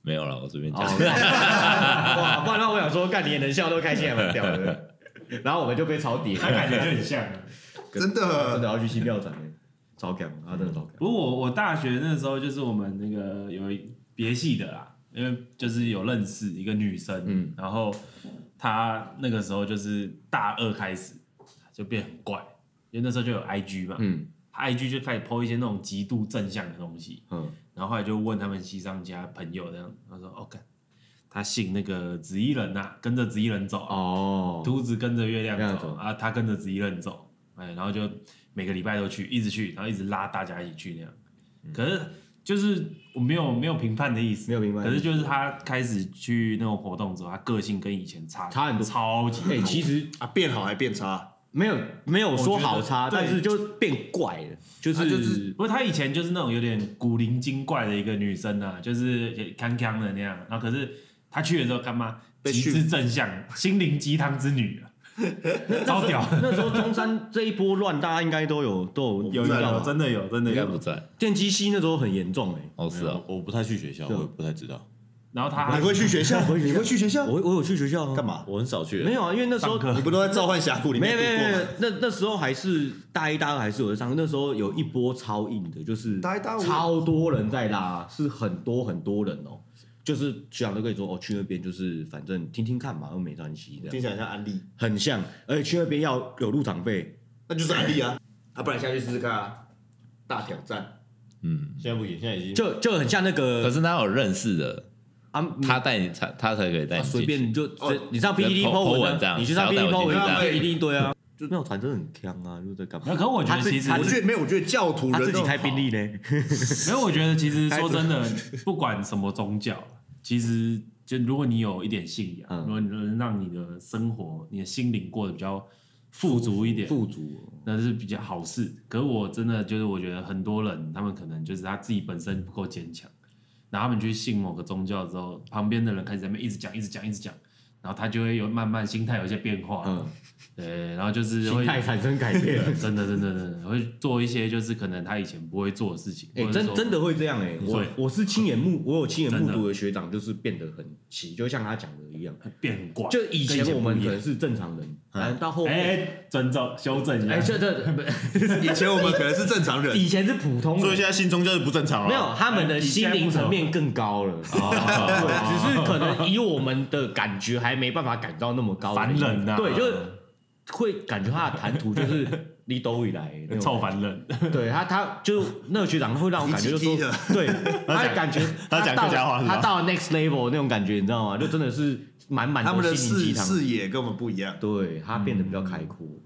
没有了，我随便
哦
讲。
哇，不然那我想说，干你也能笑，都开心还蛮屌的。然后我们就被抄底，
他感觉就很像。
真
真
的
的，
要去新庙展欸，超强啊，真的超强。
不过我我大学那时候就是我们那个有一别系的啦，因为就是有认识一个女生，嗯，然后她那个时候就是大二开始就变很怪，因为那时候就有 IG 嘛，
嗯
她 IG 就开始 PO 一些那种极度正向的东西，
嗯，
然后后来就问他们西藏家朋友这样，他说哦干，他信那个紫衣人呐、跟着紫衣人走，
哦，
秃子跟着月亮
月
走
亮走
啊，他跟着紫衣人走，哎，然后就每个礼拜都去，一直去，然后一直拉大家一起去那样。可是就是我没有没有评判的意思，
嗯没有评判
可是就是他开始去那种活动之后，他个性跟以前差
差很多
超级多。
哎，其实
啊，变好还变差，
没有没有说好差，
我觉得
但是就变怪了，就是
就是不过她以前就是那种有点古灵精怪的一个女生啊，就是也康康的那样。然后可是她去的时候，干嘛
被
极
训
致正向，心灵鸡汤之 女啊，超屌，
那时候中山这一波乱，大家应该都有都有
有
遇到
有
吧。
真的有真的
应该
有
不。在。
电机系那时候很严重哎、
哦，是啊，
我我不太去学校，
是啊
我也不太知道，
然后她
你会去学校？你会去学校？
我我有去学校、啊、
干？嘛？
我很少去。
没有啊，因为那时候
上课
你不都在召唤峡谷里
没
面
有
度
没有没
过
有
吗？，
那那时候还是大一大二还是有在上，那时候有一波超硬的，就是
大一大二我
超多人在拉，是很多很多人哦。就是学长都跟你说，哦，去那边就是反正听听看嘛，又没关系，这样
听起来很像安利，
很像，而且去那边要有入场费，
那就是安利啊！啊，不然下去试试看啊！大挑战，
嗯，
现在不行，现在已经
就就很像那
可
个
是他有认识的，
啊，
他带你才他才可以带
啊
你进去
随便你就
哦
你上 PPT
人
Po
，po
文
文这
啊，
样
你去上
谁要
PPT
带
Po
我
文
进去
啊，
这样
一定一堆啊，就那种团真的很坑啊，就是在干
那
嘛？
可是我觉
他
得
自
其实
他
我觉得没有，我觉得教徒
他自
人
己
都
开宾利呢？
没有，我觉得其实说真的， 不管什么宗教，其实就如果你有一点信仰，
嗯
如果你能让你的生活、你的心灵过得比较富足一点，
富足哦，
那是比较好事。可是我真的就是，我觉得很多人他们可能就是他自己本身不够坚强，然后他们去信某个宗教之后，旁边的人开始在那边一直讲、一直讲、一直讲，然后他就会有慢慢心态有一些变化，
嗯，
对，然后就是
心
会
态产生改 变。
真的真的真的会做一些就是可能他以前不会做的事情，
哎、
或者
真
说
真的会这样哎、我
会
我是亲眼目，我有亲眼目
真
睹的学长就是变得很奇，就像他讲的一样，
变很怪。
就以前
跟
我
不
们
一
可
样
能是正常人，嗯，到后
哎、
面，
尊重修正一下。
哎、这 这不
以前我们可能是正 常人，
以前是普通
所以
人，
现在哦哎新宗教就不正常了。
没有，他们的心灵层面更高了。
哦
对，只是可能以我们的感觉还没办法感到那么高的
啊
凡人呐
对，就是会感觉他的谈吐就是 你都 以来那种
臭凡人，
对他，他就是那个学长会让我感觉，就是
一起踢的
说，对，他
讲
感觉
他讲客家话
到
是吧
他到了 next level 那种感觉，你知道吗？就真的是满满
他们的
心灵鸡
视
汤，
视野跟我们不一样。
对他变得比较开阔。
嗯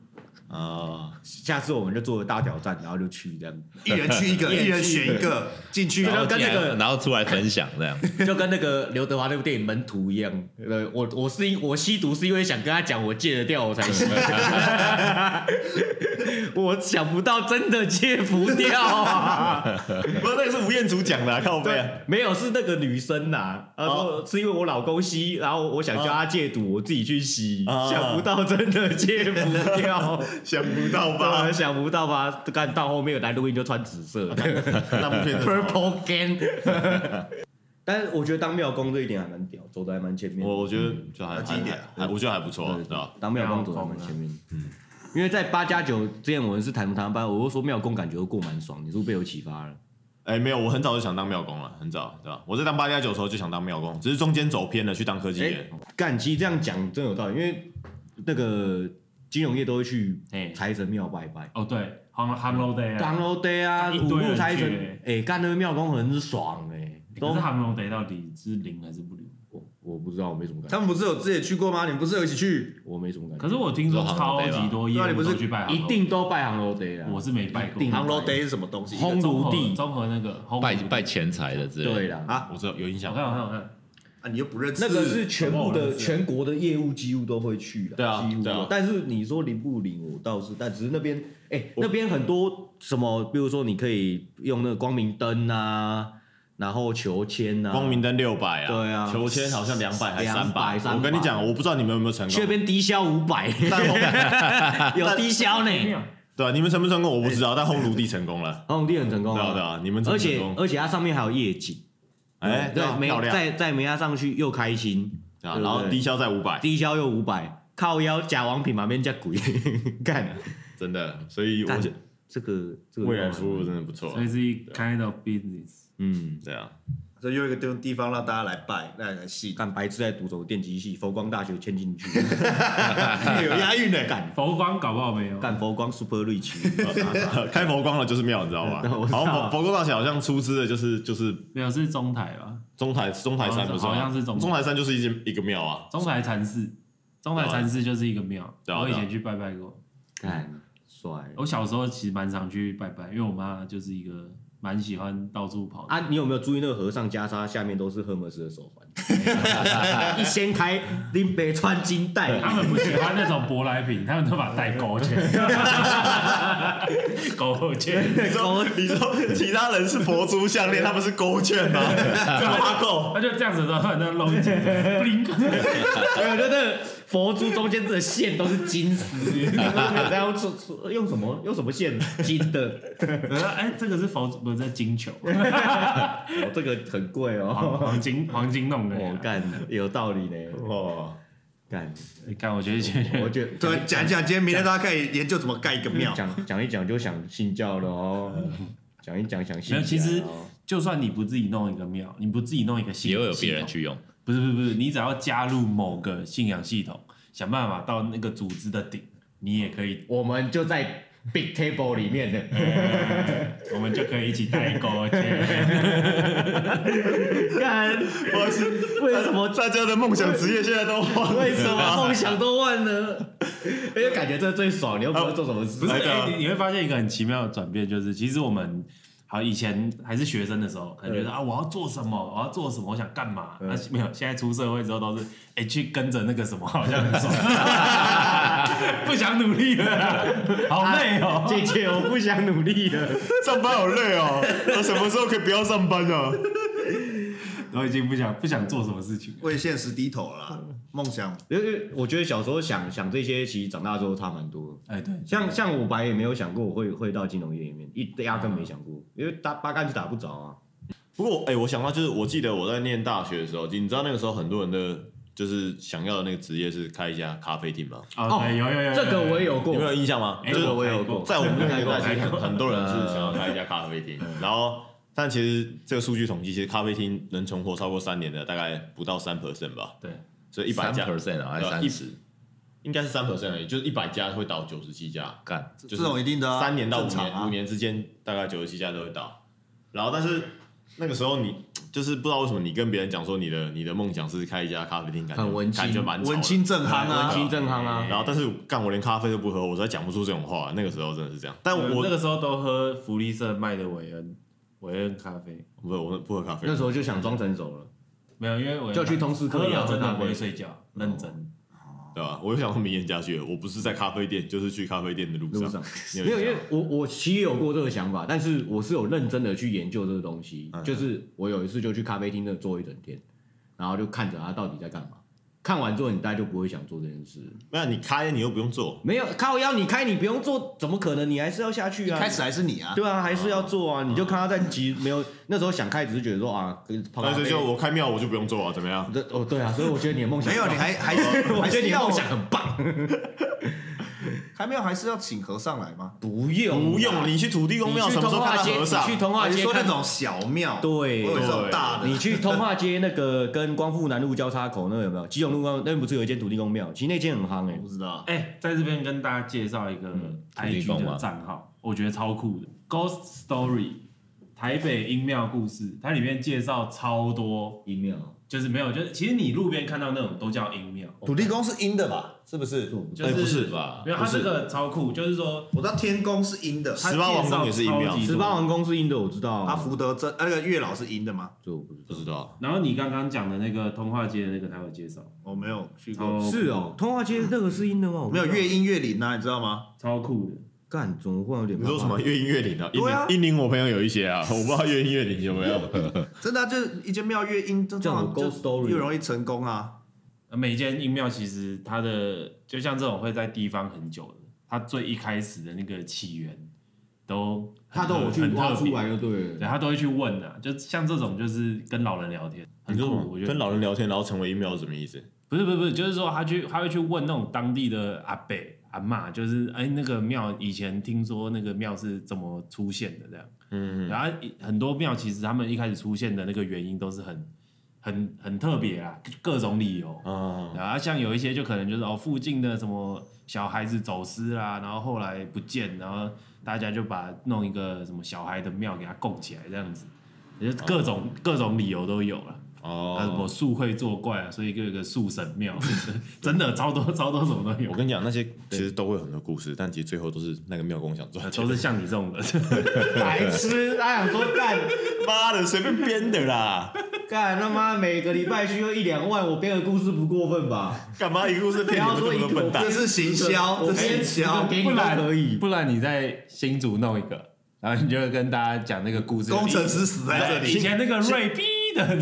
啊，
下次我们就做个大挑战，然后就去这样，
一人去一个，
一人
一人
去
选一个进去，
然后跟那个
然后出来分享这 样，
就跟那个刘德华那部电影《门徒》一样。呃，我我是因我吸毒是因为想跟他讲我戒得掉我才 吸， 我想不到真的戒不掉啊。
不是，那也是吴彦祖讲的啊，靠背啊。
对，哦没有是那个女生呐、她说是因为我老公吸，然后我想叫他戒赌，我自己去吸，
啊
想不到真的戒不 掉，
想不到吧
哇，？想不到吧？干到后面来录音就穿紫 色
那部片子什么
，purple gang。但 是我觉得当庙工这一点还蛮屌，走的还蛮前面。
我我觉得就还
要
还
经典
还，我觉得还不错啊，
对
对吧？
当庙工走的还蛮前面，嗯。因为在八加九之前，我们是谈不谈班，我就说庙工感觉都过蛮爽，你是不是被我启发了？
哎，没有，我很早就想当庙工了，很早，对吧？我在当八加九的时候就想当庙工，只是中间走偏了，去当科技
哎
业。，
干其实这样讲真有道理，因为那个金融业都会去
哎，
财神庙拜拜，
哦对，Hang Hang Low Day 啊
当，然对啊，
一
五
堆人
路财
去
神，哎，干那个庙公很爽哎，
可
都
是 Hang Low Day 到底是零还是不零？
我我不知道，我没什么感
他
觉，
们不是有自己去过吗？你们不是有一起去？
我没什么感觉，
可是我听说
你说 Hang
超
Low Day 吧
级多业
对啊你
务
不是
都去拜 Hang Low Day，
一定都拜行楼 day 啊，
我是没拜过
一定
Hang Low Day 是什么东西？
烘
综
炉
合
地，
综合那个烘炉
拜
地
拜钱财的之类的。
对啦，
啊
我知道有印
我
象，
看我看我看，
啊，你又不认识？
那个是全部
我
的
认识
全国的业务几乎都会去的，
对啊
几乎
对
都
啊
但是你说灵不灵，我倒是，但只是那边，哎、那边很多什么，比如说你可以用那个光明灯啊，然后求签啊，
光明灯六百啊，
对啊
求签好像两百还三百
200。
我跟你讲，我不知道你们有没有成
去那
功，
边低消五百， 有低消呢。
没有
对啊，你们成不成功我不知道，但烘炉地成功 了，
红地很成功
对啊
啊，
对啊，你们成
而
不
且
成功？
而且它上面还有夜景，
哎，
对，
啊
没
漂亮，
在在没压上去又开心，
对啊
对不对
然后低消在五百，
低消又五百，靠腰假王品旁边加 鬼，干
真的，所以我
干
觉，
这个这个
啊未来服务真的不错
所以
啊，
是一 kind of business。
嗯。
对啊，
所以又有一个地方地方让大家来拜，来来戏，
干白痴在读什么电机系，佛光大学迁进 去，
有押韵呢。
欸
干
佛光搞不好没有，
干佛光 super rich，
开佛光了就是庙，你知道吗？
对我知道
好像佛佛光大学好像出资的就是就是
没有是中台吧？
中台中台山不是吗
好像是中
中台山就是一间一个庙啊，
中台禅寺，中台禅寺就是一个庙，
对啊
我以
对啊
前去拜拜过。
干帅
我小时候其实蛮常去拜拜，因为我妈就是一个蛮喜欢到处跑的。
啊！你有没有注意那个和尚袈裟下面都是赫尔斯的手环？ 一掀开，林北穿金
他
带，
们不喜欢那种舶来品，他们都把它带勾去，勾去，
你说你说其他人是佛珠项链，他们是勾券吗？挖狗，
他就这样子的，那弄一截，bling
还有就是佛珠中间这个线都是金 丝，然后出出用什么用什么线金 的？
哎，这个是佛，不是这金球，
哦，这个很贵
黄
哦。
黄金黄金弄的
哦
我
呀。
干有道理呢，
哦，
干
你哎看，我觉得觉得
我 觉得
对，讲一讲，今天明天大家可以研究怎么盖一个庙。
讲讲一讲就想信教了哦，讲一讲想信、
没
哦。
有其实就算你不自己弄一个庙，你不自己弄一个信
也
仰
会有别
系
人
统，
去用，
不是不是不是，你只要加入某个信仰系统，想办法到那个组织的顶，你也可以，
我们就在 Big Table 里面 的，
我们就可以一起代沟去。
看
我是
为 什么
大家的梦想职业现在都换了
为什么梦想都忘了？而且感觉这最爽，啊你又不会做什么 事
不是，。
那个
哎你你会发现一个很奇妙的转变，就是其实我们好以前还是学生的时候，可能觉得啊，我要做什么，我要做什么，我想干嘛。那、没有，现在出社会之后都是，哎、去跟着那个什 么，好像很爽，不想努力了啦，好累哦。
姐姐，我不想努力了。
上班好累 哦，我什么时候可以不要上班啊？
我已经不想不想做什么事情了。
为现实低头了啦，梦想
因为我觉得小时候想想这些，其实长大之后差蛮多的。
哎，对，
像像我本来也没有想过我会会到金融业里面，一压根没想过，因为打八竿子打不着啊。
不过，哎、我想到就是，我记得我在念大学的时候，你知道那个时候很多人的就是想要的那个职业是开一家咖啡厅吗？
哦，对，有有有有，
这个我也有
你
过
们，有印象吗？
哎
就是
我有过
在我们那个年代，
开
其实
过
很很多人是想要开一家咖啡 厅，然后但其实这个数据统计，其实咖啡厅能存活超过三年的大概不到三 percent 吧，
对，
所以一百
三
家
percent 啊，还
对
是
啊
三十，
应该是三 percent 而已，就是一百家会到九十七家，
干，
就是
这种一定的啊
三年到五
正常啊
年，五年之间大概九十七家都会到。然后，但是那个时候你就是不知道为什么你跟别人讲说你的你的梦想是开一家咖啡厅，感觉
很文青
感觉蛮吵的
文青正酣啊，
文青正酣啊，
然后，但是干我连咖啡都不喝，我实在讲不出这种话。那个时候真的是这样，但我
那个时候都喝福利社卖的韦恩韦恩咖啡，
不我不喝咖啡
那。时候就想装成熟了，
没有，因为我
就去通识课
喝
也要
了
喝
真
咖
的
啡
不会睡觉，认真。
对吧？我就想说明年家去，我不是在咖啡店，就是去咖啡店的路
路
上
上。
你有
没有，
印
因
象
为我我其实有过这个想法，但是我是有认真的去研究这个东西。就是我有一次就去咖啡厅那坐一整天，然后就看着他到底在干嘛。看完之后，你大概就不会想做这件事。
那你开你又不用做，
没有靠腰，你开你不用做，怎么可能？你还是要下去啊。
开始还是你啊，
对啊，还是要做啊。你就看他在急，没有那时候想开，只是觉得说啊，跟泡咖
但
啡
是就我开庙我就不用做啊，怎么样？
对哦，对啊，所以我觉得你的梦想
没有，你还还是
我
还
觉得
是
你的
要
梦想很棒。
还没有还是要请和尚来吗？
不用，
不用，你去土地公
嗯你
庙
去
什么时
通
候看
化
到
街，
和尚
你？去通化
你
街
说那
看
种小庙，
对
我有这种大 的，
你去通化街那个跟光复南路交叉口那个有没有？基隆路那边不是有一间土地公庙？其实那间很夯哎、
不知道，
哎，在这边跟大家介绍一个
土地
IG
公吗
的账号，我觉得超酷的，Ghost Story 台北音庙故事，它里面介绍超多，
一庙
就是没有，就是其实你路边看到那种都叫音庙，
土地公是阴的吧？是不是？
就
哎
是
不是吧
没有，它这个超酷，就是说
我知道天宫是阴的，
十八王宫也是阴庙
它介绍超级
十
多
八王宫是印的，我知道。
啊，福德真，啊那个月老是阴的吗？
这我不知
不
道。
知道，
然后你刚刚讲的那个通化街的那个，他有介绍，
我没有去过，
超
是哦，通化街那个是印的吗？我不
没
知
有
道
月阴月灵啊，你知道吗？
超酷的。
干，怎么忽然有点
你说什么
麻烦？
越音越 灵啊？
对啊
一零我朋友有一些啊，我不知道越音越灵有没有。
真的啊，就是一间庙越阴，就
这样有
就
ghost story
越容易成功啊。
呃每间音庙其实它的就像这种会在地方很久的，它最一开始的那个起源都很
他都有去
很特
挖出
别
来就对了。
对他都会去问啊，就像这种就是跟老人聊天，很
你说
酷
什么，
我觉
跟
得
老人聊天，然后成为音庙是什么意思？
不是不是不是，就是说他去他会去问那种当地的阿伯阿嬷，就是哎那个庙以前听说那个庙是怎么出现的这样，嗯，然后很多庙其实他们一开始出现的那个原因都是很很很特别啊，各种理由，
啊，
然后像有一些就可能就是哦，附近的什么小孩子走失啦，然后后来不见，然后大家就把弄一个什么小孩的庙给它供起来这样子，就是各种、各种理由都有了。啊，什么
哦，
树会作怪啊，所以就有个树神庙，真的超多超多什么都有
我，跟你讲，那些其实都会有很多故事，但其实最后都是那个庙公想赚钱
啊都。是像你这种 人。
白痴，他想说干
妈的，随便编的啦，
干他妈每个礼拜需要一两万，我编个故事不过分吧？
干嘛一个故事骗你们这么多笨蛋
这？是行销，
我
这是行销。
给你都可以。
不然你在新竹弄一个，然后你就跟大家讲那个故事。
工程师死在这
以
里，
前那个瑞逼的工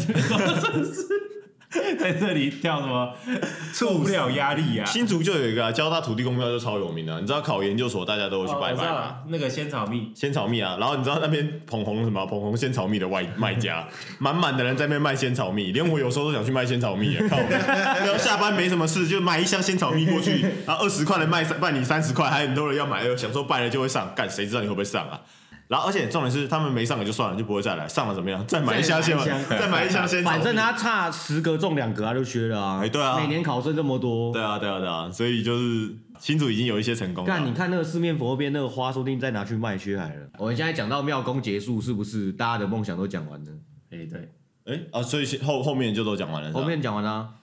程师在这里跳什么，受不了压力啊。
新竹就有一个啊，交大土地公庙就超有名的啊，你知道考研究所大家都会去拜
哦我知
拜
道
嘛。
了，那个仙草蜜，
仙草蜜啊，然后你知道那边捧红什么？捧红仙草蜜的外卖 家，满满的人在那边卖仙草蜜，连我有时候都想去卖仙草蜜 啊！靠，然后下班没什么事，就买一箱仙草蜜过去，然后二十块的卖卖你三十块，还有很多人要买，想说拜了就会上，干谁知道你会不会上啊？然后而且重点是他们没上也就算了，就不会再来，上了怎么样？再买一箱仙草，
再买一
再买一箱
箱
仙草蜜，
反正他差十个中两个，他就缺了啊。
哎对啊
每年考生这么多，
对啊对啊对啊，所以就是新竹已经有一些成功了
干，你看那个四面佛边那个花，说不定再拿去卖去海了。我们现在讲到庙公结束，是不是大家的梦想都讲完了？
哎对，
哎啊，所以后后面就都讲完了，是吧
后面讲完啦、
哦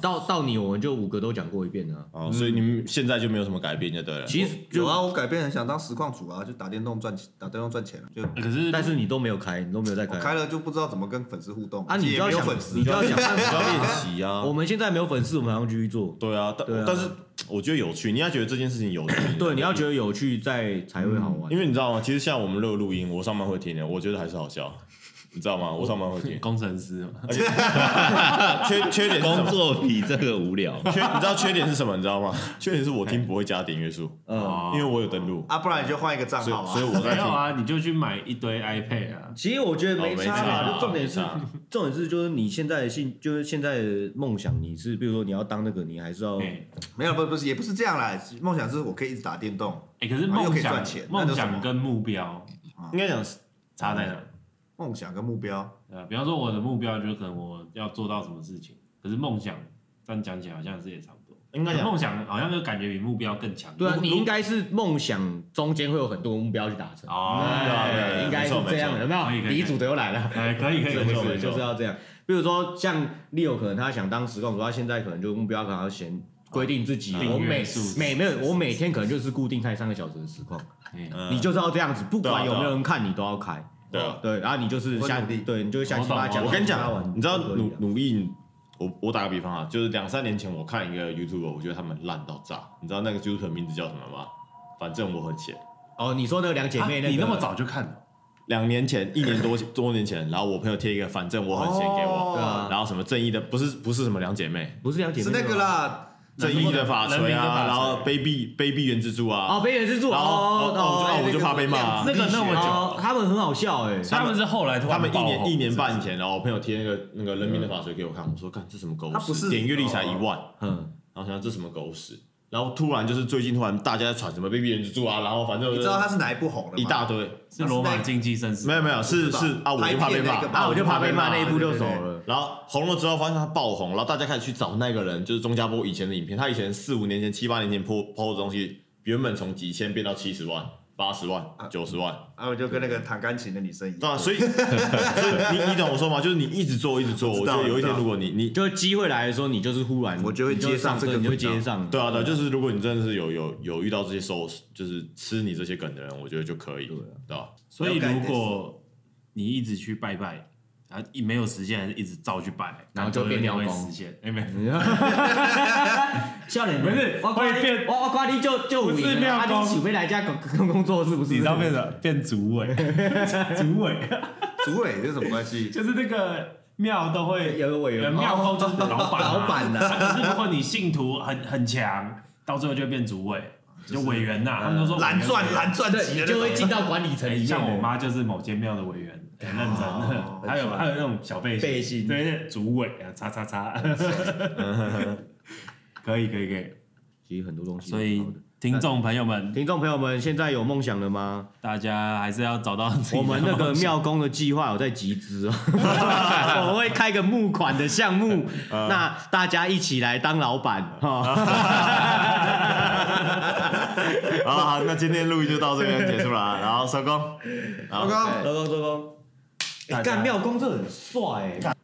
到到你我们就五个都讲过一遍了。
哦，所以你们现在就没有什么改变就对了。
其实
有
就，
啊，我改变很想当实况主啊，就打电动赚钱，打电动赚钱了，就
可是，
但是你都没有开，你都没有在
我
开。
开了就不知道怎么跟粉丝互动
啊，
而且
你就
也
要
没有
想
粉，丝
你就，要 想办
要练
法。
习啊
我。们现在没有粉丝，我们还要继续做。
对啊，但
对啊，
但是我觉得有趣，你要觉得这件事情有趣
对，你要觉得有趣，再才会好玩。
因为你知道吗？其实像我们录录音，我上班会听的，我觉得还是好笑，你知道吗？我上班会听
工程师嘛，
缺缺点是什
工
么？
作比这个无 聊。
缺你知道缺点是什么？你知道吗？缺点是我听不会加点阅 数，
嗯，
因为我有登录，
啊，不然你就换一个账
所
号
以所以
啊。
我在
哦没有
听。
啊，你就去买一堆 iPad 啊，
其实我觉得没差啦，
哦没差
就重点是
没 差
重点是就是你现在的兴，就是现在的梦想，你是比如说你要当那个，你还是要
哎
没有，不不是，也不是这样啦。梦想是我可以一直打电动，
哎，可是
然后又
梦
可以
想
赚钱那
梦
叫什么
想跟目标
应该讲
差在哪？
梦想跟目标，
对啊，比方说我的目标就是可能我要做到什么事情，可是梦想，但讲起来好像是也差不多。
应应该讲
梦想好像就感觉比目标更强。
对啊
如，果
你应该是梦想中间会有很多目标去达成。
哦，
对啊对啊对啊
对，哎应该是
没错
这样
没
的，
错
有没
可以可
有？
以
鼻祖的又来了，
哎，可以可以
是
没
不
错
是
没错
就是要这样？比如说像 Leo，可能他想当实控主，他现在可能就目标可能要先规定自己，
订阅
我每
数
每没有，我每天可能就是固定开三个小时的实况，
嗯
嗯
你就是要这样子，不
对啊
管有没
对啊
有人看，你都要开。
对啊
对，然后你就是
我
像
努力
对，你就像七八
我懂
讲，
我跟你
像
讲
八，
你知道
玩
努努力，我我打个比方啊，就是两三年前我看一个 YouTube，我觉得他们烂到炸。你知道那个 YouTube 名字叫什么吗？反正我很闲。
哦，你说那个两姐妹
啊
个，
你那么早就看了，
两年前，一年多多年前，然后我朋友贴一个反正我很闲给我，
对啊
然后什么正义的，不是不是什么两姐妹，
不是两姐妹
是那个
吗？
啦，
正义的法
人
锤
民的法
啊，
锤
然后卑鄙卑鄙原蜘蛛啊
哦，，北野之助
然后
哦
哦哦，我就
哦
哦我就怕被骂啊
那。个那么久，
哦，他们很好笑哎，
所以他们是后来突然
他们一
爆
年
红
一年半前，然后我朋友贴那个那个人民的法锤给我看，我说看这什么狗
他不
屎，
是
点阅率才一万，
嗯，
然后想这什么狗屎，然后突然就是最近突然大家在传什么被别人蜘蛛啊，然后反正
你知道他是哪一部红的吗？
一大堆，
是罗马竞技绅士，
没有没有是
知道
是啊，我就怕被骂
拍片那个吧
啊，我就怕被骂那一部就熟
对
了。
然后红了之后，发现他爆红，然后大家开始去找那个人，就是钟家波以前的影片。他以前四五年前、七八年前播播的东西，原本从几千变到七十万、八十万、九十 万，
啊，我就跟那个弹钢琴的女生一
对
哦
样。
啊，所以所以你你懂我说吗？就是你一直做，一直做，我
我
觉
知道
得有一天
我知道
如果你你
就是机会来的时候，你就是忽然，
我就会
你就
接上这个
对你就
轨道
接上。
对啊对啊，就是如果你真的是有有有遇到这些收，就是吃你这些梗的人，我觉得就可以，
啊
对吧？
所以如果你一直去拜拜，然后一没有实现，一直照去拜，
然后就
那
变
有一
庙
天
公
会实现，哎没有。
笑脸
不是
我瓜
会
你，
变
我我瓜你就就
不是
五赢了
庙
啊
公
你起飞来家工工作是不是？
你知道变成变主 委，主委
主委这什么 关系？
就是那个庙都会
有个委员
庙公就是老板嘛，
老板
啊。
啊
可是如果你信徒很很强，到最后就会变主委，就委员呐，他们都说
蓝
委员
钻啊蓝钻级
对，
的
你
那
就会
种。
进到管理层里
哎，
面。
像我妈就是某间庙的委员，哦很认 真。还有还有那种小背
背心
对，主委啊，叉叉叉。 可以可以可以，
其实很多东西。
所以听众朋友们，
听众朋友们，现在有梦想了吗？
大家还是要找到自己的
我们那个
梦想
庙公的计划有在集资哦，我们会开个募款的项目，那大家一起来当老板哈。
好好，好那今天录音就到这边结束了啊，然后收工。
刚刚
周公周公，
大
哎
家
干庙公这很帅哎。